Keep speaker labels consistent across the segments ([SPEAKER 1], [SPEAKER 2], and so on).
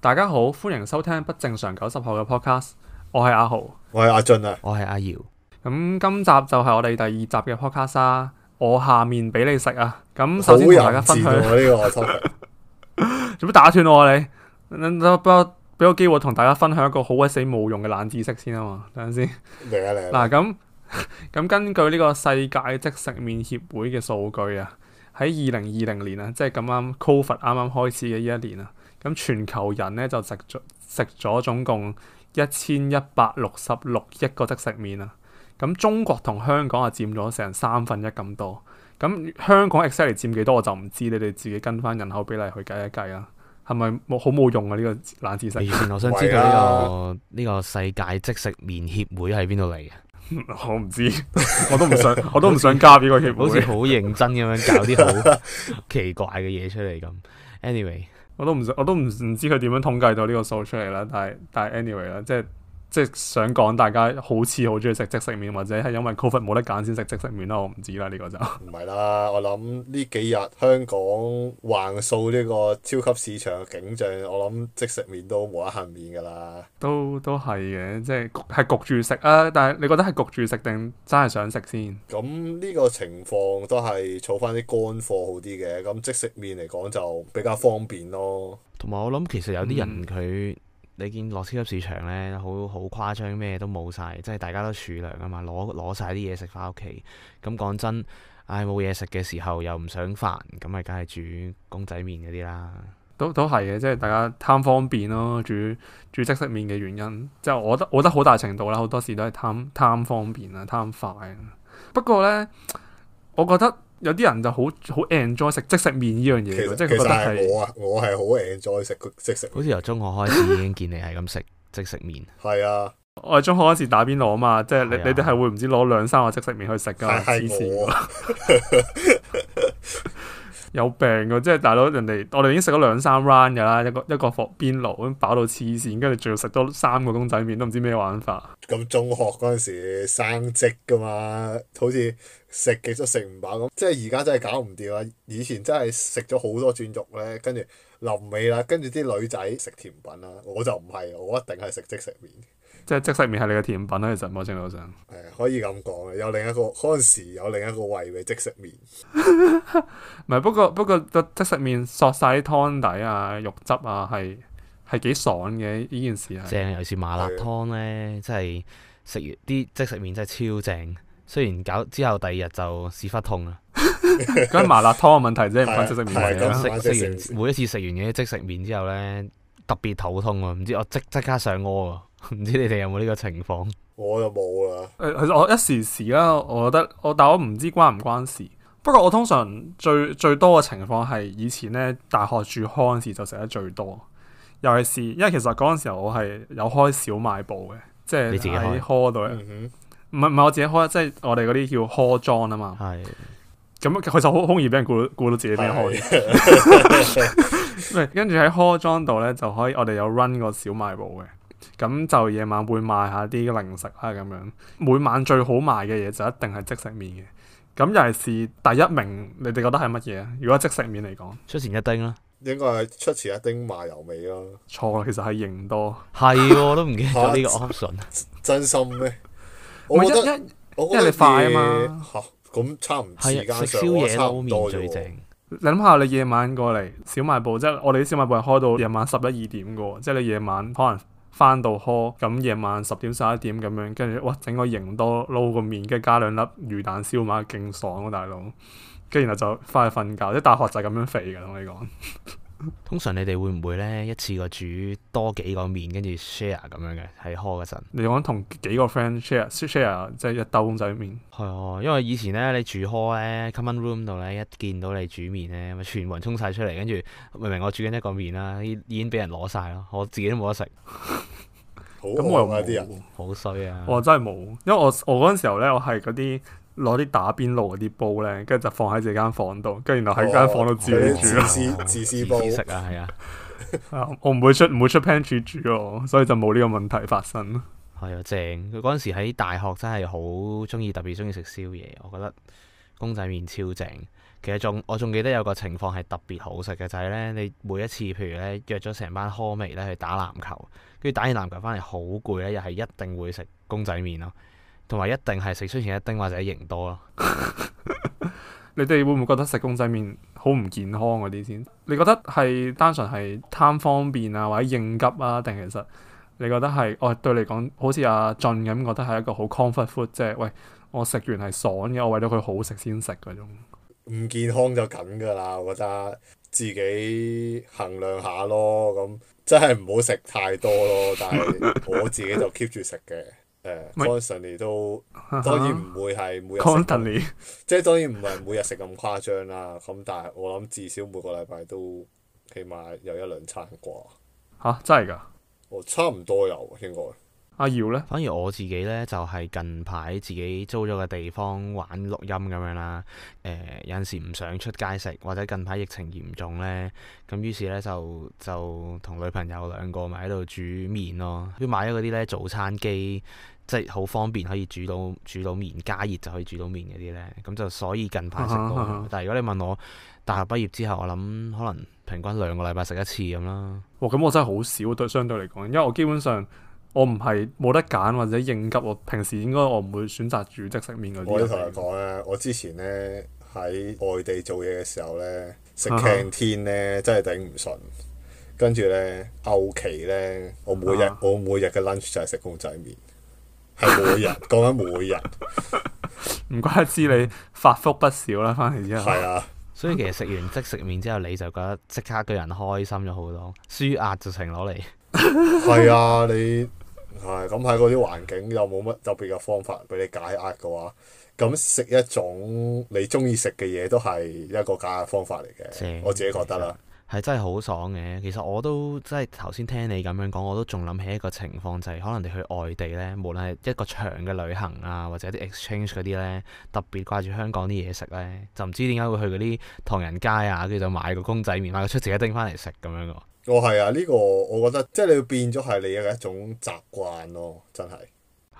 [SPEAKER 1] 大家好，歡迎收聽不正常九十後嘅 podcast，我係阿豪。
[SPEAKER 2] 我係阿俊啊，
[SPEAKER 3] 我係阿 姚，
[SPEAKER 1] 咁今集就係我哋第二集嘅 podcast 啦。我下面俾你食啊！咁首先同大家分享
[SPEAKER 2] 好淫，賤啊喎呢個 topic，
[SPEAKER 1] 做乜打斷我啊你？等等俾我俾個機會同大家分享一個好鬼死冇用嘅冷知識先啊嘛，等陣先。
[SPEAKER 2] 嚟啊嚟啊，
[SPEAKER 1] 嗱咁 咁根據呢個世界即食麵協會嘅數據啊，喺二零二零年啊，即係咁啱 Covid 啱啱開始嘅呢一年啊，咁全球人咧就食咗食咗總共一千一百六十六億個即食麵啊，咁中國同香港啊佔咗成三分一咁多，咁香港 exactly 佔幾多我就唔知，你哋自己跟翻人口比例去計一計啦。係咪冇好冇用啊？呢、個冷知識
[SPEAKER 3] 你先，我想知道呢、個呢、個世界即食麵協會喺邊度嚟嘅？
[SPEAKER 1] 我唔知，我都唔想，我都唔想加入呢個協
[SPEAKER 3] 好
[SPEAKER 1] 會
[SPEAKER 3] 似。好認真咁樣搞啲好 奇怪嘅嘢出嚟咁。anyway，
[SPEAKER 1] 我都唔想我都唔唔知佢點樣統計到呢個數出嚟啦。但係但係 anyway 啦，即係即係想講大家好似好中意食即食麵，或者係因為 Covid 冇得揀先食即食麵啦。我唔知啦，呢、個就
[SPEAKER 2] 唔係啦，我諗呢幾日香港橫掃呢個超級市場嘅景象，我諗即食麵都冇得幸免㗎啦。
[SPEAKER 1] 都都係嘅，即係焗係焗住食啊。但係你覺得係焗住食定真係想食先？
[SPEAKER 2] 咁呢個情況都係儲翻啲乾貨好啲嘅，咁即食麵嚟講就比較方便咯。
[SPEAKER 3] 同埋我諗其實有啲
[SPEAKER 1] 嗯
[SPEAKER 3] 人佢、你見落超級市場咧，好好誇張，咩都冇晒，即係大家都儲糧啊嘛，攞攞晒啲嘢食翻屋企。咁講真，唉冇嘢食嘅時候又唔想煩，咁咪梗係煮公仔麵嗰啲啦。
[SPEAKER 1] 都都係嘅，即係大家貪方便咯，煮煮即食麵嘅原因，即係我覺得我覺得好大程度啦，好多時都係貪貪方便啊，貪快啊。不過咧，我覺得有啲人就好好 enjoy 食即食麵呢樣
[SPEAKER 2] 其
[SPEAKER 1] 嘢
[SPEAKER 2] 實
[SPEAKER 1] 喎，即係佢
[SPEAKER 2] 其
[SPEAKER 1] 覺得
[SPEAKER 2] 實係
[SPEAKER 1] 係
[SPEAKER 2] 我啊，我係好 enjoy 食即食
[SPEAKER 3] 好
[SPEAKER 2] 麵，
[SPEAKER 3] 似由中學開始已經見你係咁食即食麵。
[SPEAKER 2] 係啊，
[SPEAKER 1] 我哋中學嗰時打邊爐啊嘛，即係你
[SPEAKER 3] 係啊
[SPEAKER 1] 你哋係會唔知攞兩三個即食麵去食㗎，
[SPEAKER 2] 係
[SPEAKER 1] 黐線
[SPEAKER 2] 係
[SPEAKER 1] 㗎
[SPEAKER 2] 我啊，
[SPEAKER 1] 有病㗎，即係大佬人哋我哋已經食咗兩三 round 㗎啦，一個一個火邊爐咁飽到黐線，跟住仲要食多三個公仔麵，都唔知咩玩法。
[SPEAKER 2] 咁中學嗰陣時生積噶嘛，好似食極都食唔飽咁，即係而家真係搞唔掂啊！以前真係食咗好多轉肉咧，跟住臨尾啦，跟住啲女仔食甜品啦，我就唔係，我一定係食即食麵。
[SPEAKER 1] 即係即食麵係你嘅甜品啦，其實某程度上。
[SPEAKER 2] 誒，可以咁講嘅，有另一個嗰陣時有另一個胃嘅即食麵，
[SPEAKER 1] 唔係，不過不過個即食麵索晒啲湯底啊、肉汁啊，係係幾爽嘅呢件事係。
[SPEAKER 3] 正，尤其是麻辣
[SPEAKER 2] 係啊
[SPEAKER 3] 湯咧，真係食完啲即食麵真係超正。雖然搞之後第二日就屎忽痛啊啦，
[SPEAKER 1] 咁係麻辣湯嘅問題啫，唔
[SPEAKER 2] 係啊
[SPEAKER 1] 關即食麵
[SPEAKER 2] 係咁
[SPEAKER 1] 嚟
[SPEAKER 2] 食
[SPEAKER 1] 啊。
[SPEAKER 3] 食
[SPEAKER 2] 即
[SPEAKER 3] 食
[SPEAKER 2] 食
[SPEAKER 3] 完每一次食完嘅即食麵之後咧，特別肚痛啊喎，唔知我 哦即即刻想屙啊！唔知你哋有冇呢個情況？
[SPEAKER 2] 我就冇啦。
[SPEAKER 1] 誒其實我一時時啦，我覺得我，但我唔知關唔關事。不過我通常最最多嘅情況係以前咧，大學住 con 時就食得最多，尤其是因為其實嗰陣時候我係有開小賣部嘅，即係
[SPEAKER 3] 你自己開
[SPEAKER 1] 喺 hall 度，
[SPEAKER 2] 嗯
[SPEAKER 1] 唔係唔係我自己開，即係我哋嗰啲叫 hall 裝啊嘛。
[SPEAKER 3] 係
[SPEAKER 1] 咁佢就好好易俾人估估到自己
[SPEAKER 2] 哼，
[SPEAKER 1] 咩 hall
[SPEAKER 2] 係
[SPEAKER 1] 唔係跟住喺 hall 莊度咧就可以，我哋有 run 個小賣部嘅，咁就夜晚會賣下啲零食啊啦咁樣。每晚最好賣嘅嘢就一定係即食麵嘅。咁尤其是第一名，你哋覺得係乜嘢啊？如果即食麵嚟講，
[SPEAKER 3] 出前一 丁啦，
[SPEAKER 2] 應該係出前一丁麻油味咯，
[SPEAKER 1] 錯啦，其實係型多。
[SPEAKER 3] 係喎，都唔記得咗呢個
[SPEAKER 2] 啊
[SPEAKER 3] option。
[SPEAKER 2] 真心咩？
[SPEAKER 1] 唔
[SPEAKER 2] 我覺
[SPEAKER 1] 係
[SPEAKER 2] 得
[SPEAKER 1] 一一
[SPEAKER 2] 我
[SPEAKER 1] 因
[SPEAKER 2] 覺
[SPEAKER 1] 為
[SPEAKER 2] 得
[SPEAKER 1] 你快啊嘛
[SPEAKER 2] 嘢嚇咁差唔時
[SPEAKER 3] 係啊，
[SPEAKER 2] 間
[SPEAKER 3] 食
[SPEAKER 2] 上
[SPEAKER 3] 宵
[SPEAKER 2] 我
[SPEAKER 3] 夜
[SPEAKER 2] 差唔
[SPEAKER 3] 撈
[SPEAKER 2] 多
[SPEAKER 3] 麵
[SPEAKER 2] 啫
[SPEAKER 3] 最
[SPEAKER 2] 喎
[SPEAKER 3] 正。
[SPEAKER 1] 你諗下，你夜晚過嚟小賣部，即係我哋啲小賣部係開到夜晚十一二點嘅喎，即係你夜晚可能。翻到 hall 咁夜晚十點十一點咁樣，跟住哇整個型多撈個麵，跟住加兩粒魚蛋燒賣，勁爽啊大佬！跟住然後就翻去瞓覺，即係大學就係咁樣肥嘅，同你講。
[SPEAKER 3] 通常你哋會唔會咧一次過煮多幾個麵，跟住 share 咁樣嘅喺 hall 嗰陣？
[SPEAKER 1] 你講同幾個 friend share share 即係一兜公仔麵，
[SPEAKER 3] 係啊，因為以前咧，你住 hall 咧，common room 度咧，一見到你煮麵咧，咪全部人衝晒出嚟，跟住明明我煮緊一個麵啦，已已經俾人攞晒咯，我自己都冇得食，
[SPEAKER 2] 好
[SPEAKER 1] 咁我又
[SPEAKER 2] 惡啊啲人。
[SPEAKER 1] 冇，
[SPEAKER 3] 好衰啊！
[SPEAKER 1] 我真係冇，因為我我嗰陣時候咧，我係嗰啲攞啲打邊爐嗰啲煲咧，跟住就放喺自己間房度，跟住然後喺間房度自己煮
[SPEAKER 2] 自
[SPEAKER 1] 咯。
[SPEAKER 2] 私自私煲
[SPEAKER 3] 自私食啊，係啊，
[SPEAKER 1] 啊我唔會出唔會出 pantry 煮咯，所以就冇呢個問題發生。
[SPEAKER 3] 係啊，正！佢嗰陣時喺大學真係好中意，特別中意食宵夜，我覺得公仔麵超正。其實仲我仲記得有個情況係特別好食嘅，就係、呢：你每一次譬如呢約咗成班科味呢去打籃球，跟住打完籃球翻嚟好攰呢，又係一定會食公仔麵咯，同埋一定係食出前一丁或者型多咯。
[SPEAKER 1] 你哋會唔會覺得食公仔麵好唔健康嗰啲先？你覺得係單純係貪方便啊，或者應急啊，定其實你覺得係哦對你講，好似阿俊咁覺得係一個好 comfort food，即係喂我食完係爽嘅，我為咗佢好食先食嗰種。
[SPEAKER 2] 唔健康就緊㗎啦，我覺得自己衡量下咯，咁真係唔好食太多 咯。但係我自己就 keep 住食嘅，誒
[SPEAKER 1] 咪啊
[SPEAKER 2] constantly 都當然唔會係每
[SPEAKER 1] c o n t i
[SPEAKER 2] 日食，
[SPEAKER 1] n y
[SPEAKER 2] 即係當然唔係每日食咁誇張啦。咁但係我諗至少每個禮拜都起碼有一兩餐啩，
[SPEAKER 1] 嚇真係㗎？
[SPEAKER 2] 我差唔多有應該。
[SPEAKER 1] 阿耀咧，
[SPEAKER 3] 反而我自己呢，就係、近排自己租咗個地方玩錄音咁樣啦。誒、有陣時唔想出街食，或者近排疫情嚴重呢，咁於是呢，就就同女朋友兩個咪喺度煮麵咯。跟住買咗嗰啲呢早餐機，即係好方便可以煮到煮到麵，加熱就可以煮到麵嗰啲呢。咁就所以近排食
[SPEAKER 1] 啊哈啊哈
[SPEAKER 3] 到。但係如果你問我大學畢業之後，我諗可能平均兩個禮拜食一次咁啦。
[SPEAKER 1] 哇咁我真係好少對相對嚟講，因為我基本上我唔係冇得揀或者應急，我平時應該我唔會選擇煮即食麵嗰啲
[SPEAKER 2] 我都同
[SPEAKER 1] 人
[SPEAKER 2] 人
[SPEAKER 1] 嚟。
[SPEAKER 2] 講啊，我之前呢喺外地做嘢嘅時候呢，食
[SPEAKER 1] 啊哈
[SPEAKER 2] canteen 呢真係頂唔順，跟住呢，後期呢，我每日
[SPEAKER 1] 啊
[SPEAKER 2] 我每日嘅 lunch 就係食公仔麵，係每 日講緊每日，
[SPEAKER 1] 啊唔怪得知你發福不少啦，翻嚟之後。
[SPEAKER 2] 係啊，
[SPEAKER 3] 所以其實食完即食麵之後，你就覺得即刻個人開心咗好多，舒壓就成攞嚟。
[SPEAKER 2] 係啊，你係咁喺嗰啲環境又冇乜特別嘅方法俾你解壓嘅話，咁食一種你中意食嘅嘢都係一個解壓方法嚟嘅
[SPEAKER 3] 正，
[SPEAKER 2] 我自己覺得啦。
[SPEAKER 3] 係真係好爽嘅，其實我都即係頭先聽你咁樣講，我都仲諗起一個情況，就係、可能你去外地呢，無論係一個長嘅旅行啊，或者啲 exchange 嗰啲呢，特別掛住香港啲嘢食呢，就唔知點解會去嗰啲唐人街啊，跟住就買個公仔麵，買個出前一丁翻嚟食咁樣嘅喎。
[SPEAKER 2] 我係啊，呢、個我覺得即係你要變咗係你嘅一種習慣咯，真係。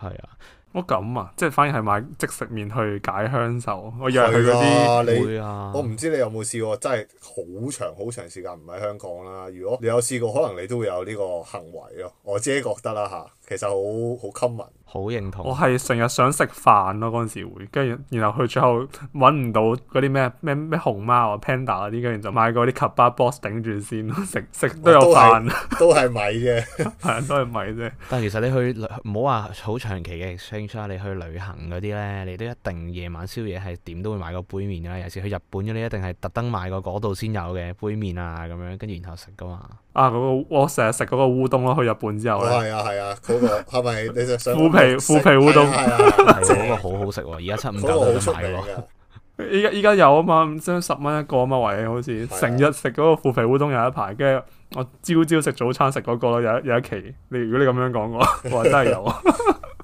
[SPEAKER 3] 係啊，
[SPEAKER 1] 我咁啊，即係反而係買即食麵去解鄉愁。我以為佢嗰啲
[SPEAKER 2] 係啊，你
[SPEAKER 3] 會啊，
[SPEAKER 2] 我唔知你有冇試過，真係好長好長時間唔喺香港啦。如果你有試過，可能你都會有呢個行為咯。我自己覺得啦吓，其實好好 common。
[SPEAKER 3] 好認同啊
[SPEAKER 1] 我。係成日想食飯咯，嗰陣時會，跟住然後佢最後揾唔到嗰啲咩咩咩熊貓啊 panda 嗰啲，跟住就買嗰啲 kebab box 頂住先咯， 食食都有飯，
[SPEAKER 2] 都係米 啫，
[SPEAKER 1] 係啊都係米啫。
[SPEAKER 3] 但係其實你去旅唔好話好長期嘅 exchange 啦，你去旅行嗰啲呢，你都一定夜晚宵夜係點都會買個杯麵㗎啦。尤其是去日本嗰啲，一定係特登買個嗰度先有嘅杯麵啊咁樣，跟住然後食噶嘛。
[SPEAKER 1] 啊，嗰、個我成日食嗰個烏冬咯，去日本之後
[SPEAKER 2] 我
[SPEAKER 1] 咧，
[SPEAKER 2] 係啊係啊，嗰個係咪你就想
[SPEAKER 1] 腐皮腐皮烏冬
[SPEAKER 2] 係啊係 啊
[SPEAKER 3] 係喎嗰個好好食喎，而家七
[SPEAKER 2] 嗰
[SPEAKER 3] 五九
[SPEAKER 2] 個
[SPEAKER 3] 都有
[SPEAKER 2] 好
[SPEAKER 3] 得
[SPEAKER 2] 出
[SPEAKER 3] 買
[SPEAKER 2] 名
[SPEAKER 3] 喎。
[SPEAKER 2] 㗎。
[SPEAKER 1] 依家依家有啊嘛，即十蚊一個啊嘛，位好似
[SPEAKER 2] 係啊
[SPEAKER 1] 成日食嗰個腐皮烏冬有一排，跟住我朝朝食早餐食嗰個咯，有一有一期。你如果你咁樣講我，我話真係有啊。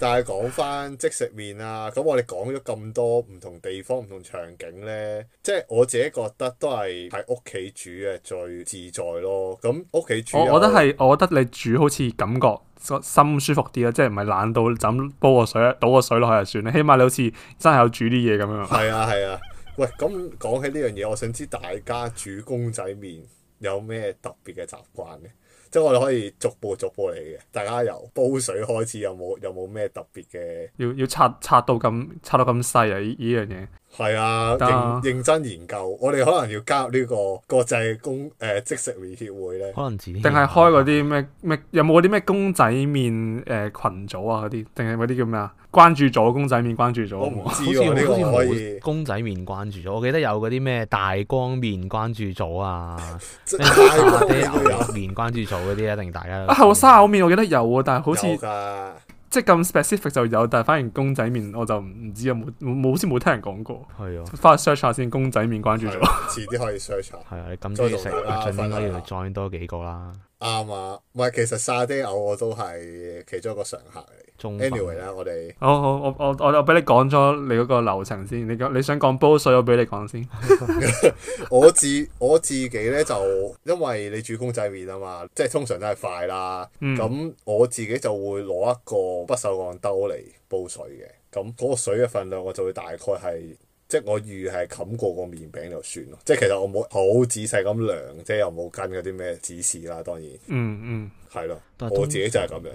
[SPEAKER 2] 但係講翻即食麵啊，咁我哋講咗咁多唔同地方、唔同場景呢，即係我自己覺得都係喺屋企煮嘅最自在咯。咁屋企煮
[SPEAKER 1] 我
[SPEAKER 2] 有
[SPEAKER 1] 我覺得係，我覺得你煮好似感覺個心舒服啲啦，即係唔係懶到就咁煲個水，倒個水落去就算啦。起碼你好似真係有煮啲嘢咁樣。
[SPEAKER 2] 係啊係啊，喂，咁講起呢樣嘢，我想知大家煮公仔麵有咩特別嘅習慣呢？即係我哋可以逐步逐步嚟嘅，大家由煲水開始，有冇有冇咩特別嘅？
[SPEAKER 1] 要要拆拆到咁拆到咁細啊！呢依樣嘢
[SPEAKER 2] 係啊，
[SPEAKER 1] 得啊
[SPEAKER 2] 認認真研究，我哋可能要加入呢個國際公誒、呃即食麵協會呢。
[SPEAKER 3] 可能自己
[SPEAKER 1] 定係開嗰啲咩咩有冇嗰啲咩公仔麵誒、呃、群組啊嗰啲，定係嗰啲叫咩啊？關注組公仔麵關注組
[SPEAKER 2] 我
[SPEAKER 1] 有
[SPEAKER 2] 唔
[SPEAKER 1] 冇啊
[SPEAKER 2] 知
[SPEAKER 3] 好似
[SPEAKER 2] 喎，呢
[SPEAKER 3] 好似
[SPEAKER 2] 個可以
[SPEAKER 3] 冇。公仔麵關注咗，我記得有嗰啲咩大光麵關注組啊，
[SPEAKER 2] 即
[SPEAKER 3] 咩沙
[SPEAKER 2] 都
[SPEAKER 3] 爹
[SPEAKER 2] 有
[SPEAKER 3] 牛肉麵關注組嗰啲，一定大家都
[SPEAKER 1] 啊係喎沙口面我記得有啊，但係好似
[SPEAKER 2] 有㗎，
[SPEAKER 1] 即係咁 specific 就有，但係反而公仔麵我就唔唔知啊有冇冇冇好似冇聽人講過，
[SPEAKER 3] 係啊。
[SPEAKER 1] 翻去 search 下先公仔麵關注組
[SPEAKER 2] 係。啊遲啲可以 search 下。
[SPEAKER 3] 係啊，你咁中意
[SPEAKER 2] 再
[SPEAKER 3] 食，
[SPEAKER 2] 同大家
[SPEAKER 3] 盡應該要
[SPEAKER 2] 分享
[SPEAKER 3] join 多幾個啦。
[SPEAKER 2] 啱啊，唔係其實沙爹牛我都係其中一個常客嚟。
[SPEAKER 3] 中分
[SPEAKER 2] anyway 啦，我哋
[SPEAKER 1] 好好，我我我我俾你講咗你嗰個流程先，你講你想講煲水，我俾你講先。
[SPEAKER 2] 我自我自己咧就因為你煮公仔麵啊嘛，即係通常都係快啦。
[SPEAKER 1] 嗯
[SPEAKER 2] 咁、我自己就會攞一個不鏽鋼兜嚟煲水嘅。咁嗰個水嘅份量我就會大概係即係我預係冚過個麵餅就算咯。即係其實我冇好仔細咁量，即係又冇跟嗰啲咩指示啦。當然
[SPEAKER 1] 嗯
[SPEAKER 2] 係咯，
[SPEAKER 3] 但係
[SPEAKER 2] 我自己就係咁樣。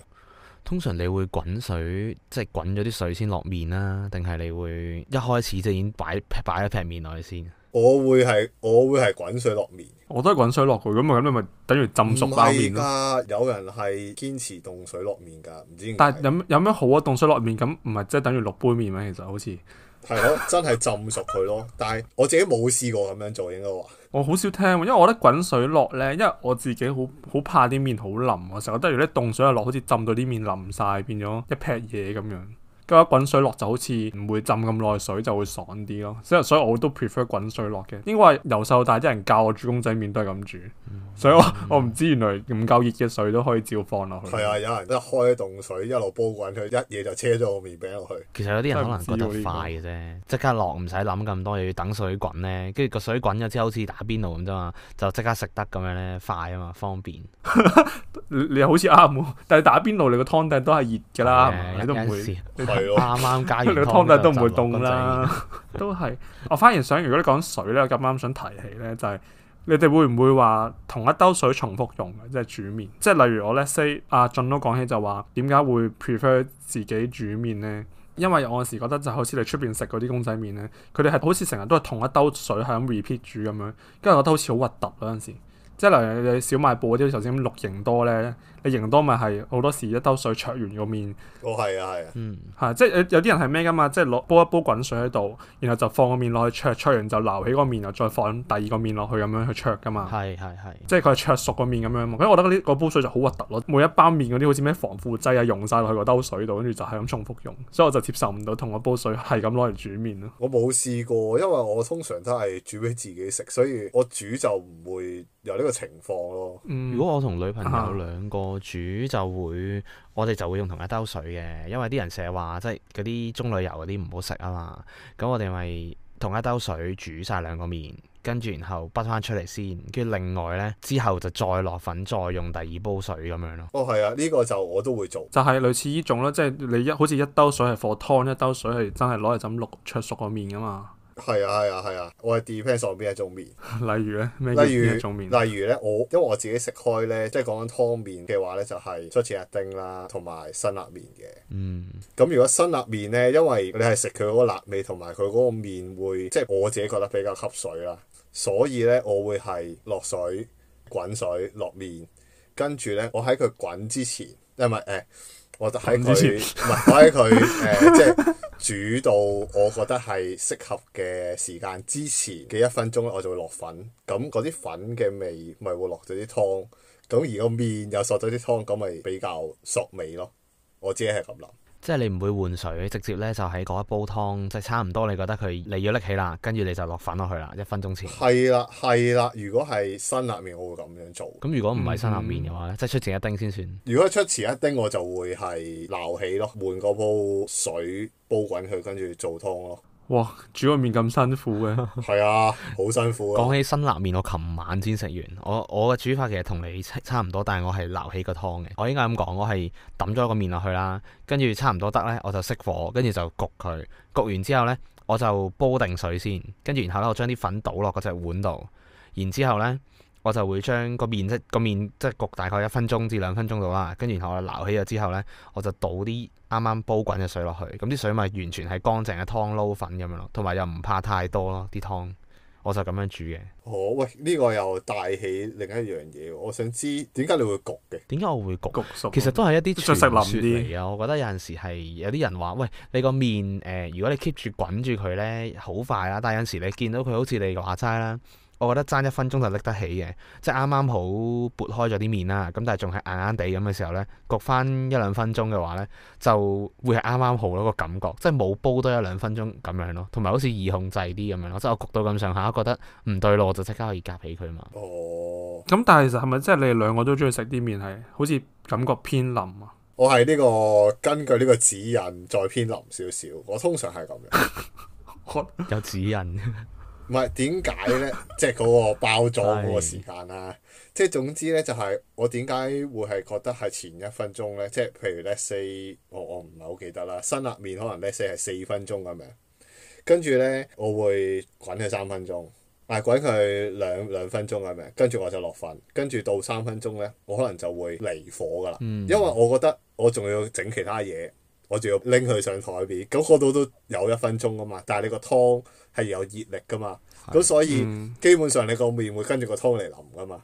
[SPEAKER 3] 通常你會滾水，即係滾咗啲水先落面啦，定係你會一開始就已經擺擺一劈面落去先？
[SPEAKER 2] 我會係我會係滾水落面，
[SPEAKER 1] 嗯，我都係滾水落去，咁咪咁你咪等於浸熟
[SPEAKER 2] 唔
[SPEAKER 1] 包
[SPEAKER 2] 係
[SPEAKER 1] 面咯。
[SPEAKER 2] 㗎，有人係堅持凍水落面㗎，唔知點
[SPEAKER 1] 但係
[SPEAKER 2] 解
[SPEAKER 1] 有咩有咩好啊？凍水落面咁唔係即係等於落杯面咩？其實好似
[SPEAKER 2] 係咯，真係浸熟佢咯。但係我自己冇試過咁樣做，應該話
[SPEAKER 1] 我好少聽喎，因為我覺得滾水落咧，因為我自己好好怕啲面好腍，啊我成日覺得如果啲凍水一落，好似浸到啲面腍晒，變咗一劈嘢咁樣。咁啊一滾水落就好似唔會浸咁耐水，就會爽啲咯。所以所以我都 prefer 滾水落嘅。應該係由細到大啲人教我煮公仔麵都係咁煮，所以我我唔知原來唔夠熱嘅水都可以照放落去。
[SPEAKER 2] 係啊，有人一開凍水一路煲滾佢，一嘢就車咗個麵餅落去。
[SPEAKER 3] 其實有啲人可能覺
[SPEAKER 1] 真係唔知喎
[SPEAKER 3] 得
[SPEAKER 1] 呢個
[SPEAKER 3] 快嘅啫，即刻落唔使諗咁多，又要等水滾呢。跟住個水滾咗之後，好似打邊爐咁啫嘛，就即刻食得咁樣呢，快啊嘛，方便。
[SPEAKER 1] 你你好似啱喎，但係打邊爐你個湯底都係熱㗎啦，係
[SPEAKER 3] 誒
[SPEAKER 1] 咪你都唔
[SPEAKER 3] 啊有陣
[SPEAKER 1] 會
[SPEAKER 3] 時。
[SPEAKER 2] 係咯，
[SPEAKER 3] 啱啱加 完
[SPEAKER 1] 你個
[SPEAKER 3] 湯
[SPEAKER 1] 湯底都唔
[SPEAKER 3] 就
[SPEAKER 1] 會
[SPEAKER 3] 就落
[SPEAKER 1] 凍
[SPEAKER 3] 個仔。
[SPEAKER 1] 啦，都係。我反而想，如果你講水咧，我咁啱想提起咧，就係、你哋會唔會話同一兜水重複用嘅，即係煮麵？即係例如我 let's say 阿俊都講起就話點解會 prefer 自己煮麵咧？因為我有時覺得就好似你出邊食嗰啲公仔麵咧，佢哋係好似成日都係同一兜水係咁 repeat 煮咁樣，跟住我覺得好似好核突嗰陣時。即係例如你小賣部嗰啲頭先咁六型多咧，你型多咪係好多時一兜水灼完個面。
[SPEAKER 2] 我係啊係啊，
[SPEAKER 3] 嗯，
[SPEAKER 1] 係，即係有有啲人係咩噶嘛？即係攞煲一煲滾水喺度，然後就放個面落去灼，灼完就撈起個面，又再放第二個面落去咁樣去灼噶嘛。
[SPEAKER 3] 係係係。
[SPEAKER 1] 即係佢係灼熟個面咁樣嘛。咁我覺得呢個煲水就好核突咯。每一包面嗰啲好似咩防腐劑啊，溶晒落去個兜水度，跟住就係咁重複用，所以我就接受唔到同個煲水係咁攞嚟煮面咯。
[SPEAKER 2] 我冇試過，因為我通常都係煮俾自己食，所以我煮就唔會有呢個情況咯。
[SPEAKER 1] 嗯
[SPEAKER 3] 如，果我同女朋
[SPEAKER 1] 啊
[SPEAKER 3] 友兩個煮就會，我哋就會用同一兜水嘅，因為啲人成日話即係嗰啲棕櫚油嗰啲唔好食啊嘛，咁我哋咪同一兜水煮晒兩個面，跟住然後潷翻出嚟先，跟住另外呢，之後就再落粉，再用第二煲水咁樣咯。
[SPEAKER 2] 哦，係啊，呢、個就我都會做。
[SPEAKER 1] 就係類似呢種咯，即係你一好似一兜水係放湯，一兜水係真係攞嚟就咁淥灼熟個面噶嘛。
[SPEAKER 2] 係啊係啊係啊，我係 depends on 邊一種麵。
[SPEAKER 1] 例如咧，咩叫
[SPEAKER 2] 例如
[SPEAKER 1] 邊一種面？
[SPEAKER 2] 例如咧，我因為我自己食開咧，即係講緊湯麵嘅話咧，就係出前一丁啦，同埋辛辣麵嘅。
[SPEAKER 3] 嗯，
[SPEAKER 2] 咁如果辛辣麵咧，因為你係食佢嗰個辣味同埋佢嗰個麵會，即係我自己覺得比較吸水啦，所以咧我會係落水滾水落麵，跟住咧我喺佢滾之前，因為誒，我喺佢
[SPEAKER 1] 滾之前
[SPEAKER 2] 唔係我喺佢誒， 即係煮到我覺得係適合嘅時間之前嘅一分鐘咧，我就會落粉，咁嗰啲粉嘅味咪會落咗啲湯，咁而個麵又索咗啲湯，咁咪比較索味咯。我自己係咁諗。
[SPEAKER 3] 即係你唔會換水，直接呢就喺嗰一煲湯，即係差唔多你覺得佢你要拎起啦，跟住你就落粉落去啦，一分鐘前。
[SPEAKER 2] 係啦，係啦。如果係辛辣麵，我會咁樣做。
[SPEAKER 3] 咁如果唔係辛辣面嘅話呢，即係出前一丁先算。
[SPEAKER 2] 如果出前一丁，我就會係撈起咯，換個煲水煲滾佢，跟住做湯 咯。
[SPEAKER 1] 哇，煮個面咁辛苦嘅，
[SPEAKER 2] 係啊，好辛苦啊！
[SPEAKER 3] 講起辛辣麵，我琴晚先食完。我我嘅煮法其實同你差差唔多，但係我係撈起個湯嘅。我應該咁講，我係抌咗個麵落去啦，跟住差唔多得呢，我就熄火，跟住就焗佢。焗完之後呢，我就煲定水先，跟住然後呢，我將啲粉倒落嗰隻碗度，然之後呢，我就會將個麵即個麵即係焗大概一分鐘至兩分鐘度啦，跟住然後我撈起咗之後呢，我就倒啲啱啱煲滾嘅水落去，咁啲水咪完全係乾淨嘅湯撈粉咁樣咯，同埋又唔怕太多咯啲湯。我就咁樣煮嘅。
[SPEAKER 2] 哦，喂，呢、個又帶起另一樣嘢喎。我想知點解你會焗嘅？
[SPEAKER 3] 點解我會焗？
[SPEAKER 1] 焗熟。
[SPEAKER 3] 其實都係一啲
[SPEAKER 1] 再
[SPEAKER 3] 傳
[SPEAKER 1] 食
[SPEAKER 3] 說
[SPEAKER 1] 腍啲
[SPEAKER 3] 嚟啊！我覺得有陣時係有啲人話：喂，你個面誒、呃如果你 keep 住滾住佢咧，好快啊啦。但係有陣時你見到佢好似你話齋啦，我覺得爭一分鐘就拎得起嘅，即係啱啱好撥開咗啲面啦。咁但係仲係硬硬地咁嘅時候咧，焗翻一兩分鐘嘅話咧，就會係啱啱好咯個感覺，即係冇煲多一兩分鐘咁樣咯，同埋好似易控制啲咁樣咯。即係我焗到咁上下，覺得唔對路，我就即刻可以夾起佢嘛。
[SPEAKER 2] 哦，
[SPEAKER 1] 咁但係其實係咪即係你哋兩個都中意食啲麵係好似感覺偏腍啊？
[SPEAKER 2] 我係呢、個根據呢個指引再偏腍少少。我通常係咁樣。
[SPEAKER 3] 有指引。
[SPEAKER 2] 唔係點解呢？ 即係嗰個包裝嗰個時間啦。即係總之呢，就係我點解會係覺得係前一分鐘呢？即係譬如 let's say，我我唔係好記得啦。辛辣麵可能 let's say 係四分鐘咁樣。跟住咧，我會滾佢三分鐘，啊滾佢兩兩分鐘係咪？跟住我就落飯，跟住到三分鐘咧，我可能就會離火噶啦，
[SPEAKER 1] 嗯
[SPEAKER 2] 因為我覺得我仲要整其他嘢，我仲要拎佢上台面，咁嗰度都有一分鐘噶嘛。但係你個湯係有熱力噶嘛，咁所以
[SPEAKER 1] 嗯
[SPEAKER 2] 基本上你個面會跟住個湯嚟淋噶嘛。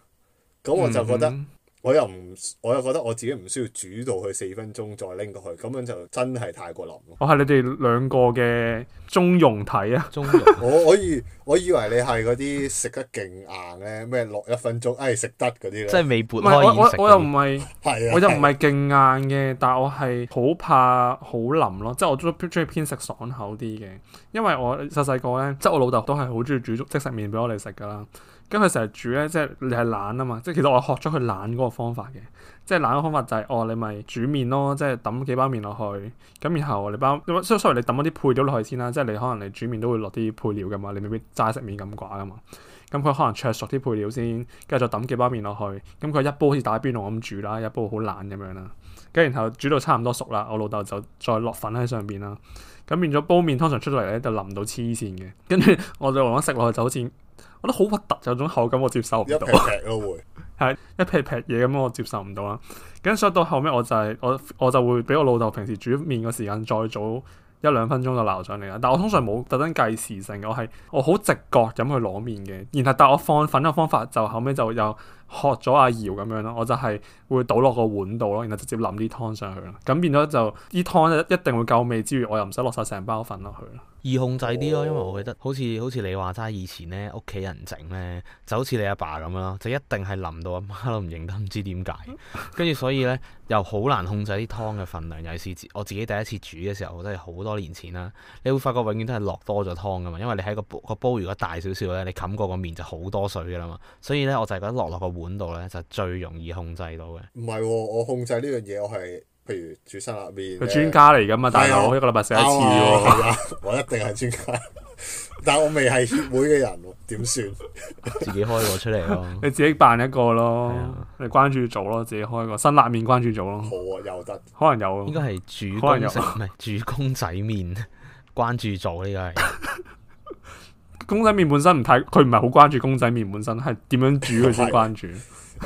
[SPEAKER 2] 咁我就覺得。
[SPEAKER 1] 嗯
[SPEAKER 2] 我又唔，我又覺得我自己唔需要煮到佢四分鐘再拎過去，咁樣就真係太過淋咯。
[SPEAKER 1] 我係你哋兩個嘅中庸體啊，
[SPEAKER 3] 中庸
[SPEAKER 2] 我我以我以為你係嗰啲食得勁硬咧，咩落一分鐘，哎食得嗰啲咧，
[SPEAKER 3] 即係未撥
[SPEAKER 1] 唔係
[SPEAKER 3] 開
[SPEAKER 1] 我
[SPEAKER 3] 已經
[SPEAKER 1] 我
[SPEAKER 3] 食
[SPEAKER 1] 我又
[SPEAKER 3] 嗰
[SPEAKER 1] 唔
[SPEAKER 3] 啲
[SPEAKER 1] 係。
[SPEAKER 2] 係啊，
[SPEAKER 1] 我就唔係勁硬嘅，但我係好怕好腍咯，即係我都中意偏食爽口啲嘅，因為我細細個咧，即係我老豆都係好中意煮粥即食麵俾我哋食噶啦。跟佢成日煮咧，即係你係懶啊嘛，即係其實我係學咗佢懶嗰個方法嘅，即係懶嘅方法就係、哦，你咪煮麵咯，即係揼幾包麵落去，咁然後你包，所以 sorry 你揼嗰啲配料落去先啦，即係你可能你煮麵都會落啲配料噶嘛，你未必齋食麵咁寡噶嘛。咁佢可能灼熟啲配料先，跟住再揼幾包麵落去，咁佢一煲好似打邊爐咁煮啦，一煲好爛咁樣啦，跟住然後煮到差唔多熟啦，我老豆就再落粉喺上邊啦，咁變咗煲麵通常出到嚟咧就淋到黐線嘅，跟住我就慢慢食落去就好似，我覺得好核突，有種口感我接受唔
[SPEAKER 2] 一
[SPEAKER 1] 到
[SPEAKER 2] 劈。劈咯會，
[SPEAKER 1] 一劈劈嘢咁，我接受唔到啦。咁所以到後尾我就係、我我就會俾我老豆平時煮麵嘅時間再早一兩分鐘就鬧上嚟啦。但我通常冇特登計時性嘅，我係我好直覺咁去攞麵嘅。然後但我放粉嘅方法就後尾就又學咗阿瑤咁樣咯，我就係會倒落個碗度咯，然後直接淋啲湯上去啦。咁變咗就啲湯一定會夠味之餘，我又唔使落晒成包粉落去啦。
[SPEAKER 3] 易控制啲
[SPEAKER 2] 哦
[SPEAKER 3] 咯，因為我覺得好似好似你話齋，以前咧屋企人整咧，就好似你阿爸咁樣咯，就一定係淋到阿媽都唔認得，唔知點解。跟住所以咧，又好難控制啲湯嘅份量，尤其是自我自己第一次煮嘅時候，真係好多年前啦。你會發覺永遠都係落多咗湯噶嘛，因為你喺個煲個煲如果大少少咧，你冚過個面就好多水噶啦嘛。所以咧，我就係覺得落落個碗度咧，就最容易控制到嘅。
[SPEAKER 2] 唔係喎，我控制呢樣嘢，我係譬如煮辛辣麵，
[SPEAKER 1] 佢專家嚟噶嘛，大佬一個禮拜食一次
[SPEAKER 2] 啱
[SPEAKER 1] 喎。。
[SPEAKER 2] 啊係啊， 我一定係專家，但我未係協會嘅人喎，點算？
[SPEAKER 3] 自己開個出嚟咯
[SPEAKER 1] 你自己辦一個咯
[SPEAKER 3] 係啊，
[SPEAKER 1] 你關注組咯，自己開個辛辣面關注組咯，
[SPEAKER 2] 好啊，又得，
[SPEAKER 1] 可能有
[SPEAKER 3] 應該係煮
[SPEAKER 1] 可能
[SPEAKER 3] 公
[SPEAKER 1] 有
[SPEAKER 3] 食，唔係煮公仔麵，關注組呢個係。
[SPEAKER 1] 公仔麵本身唔太，佢唔係好關注公仔麵本身係點樣煮佢先關注。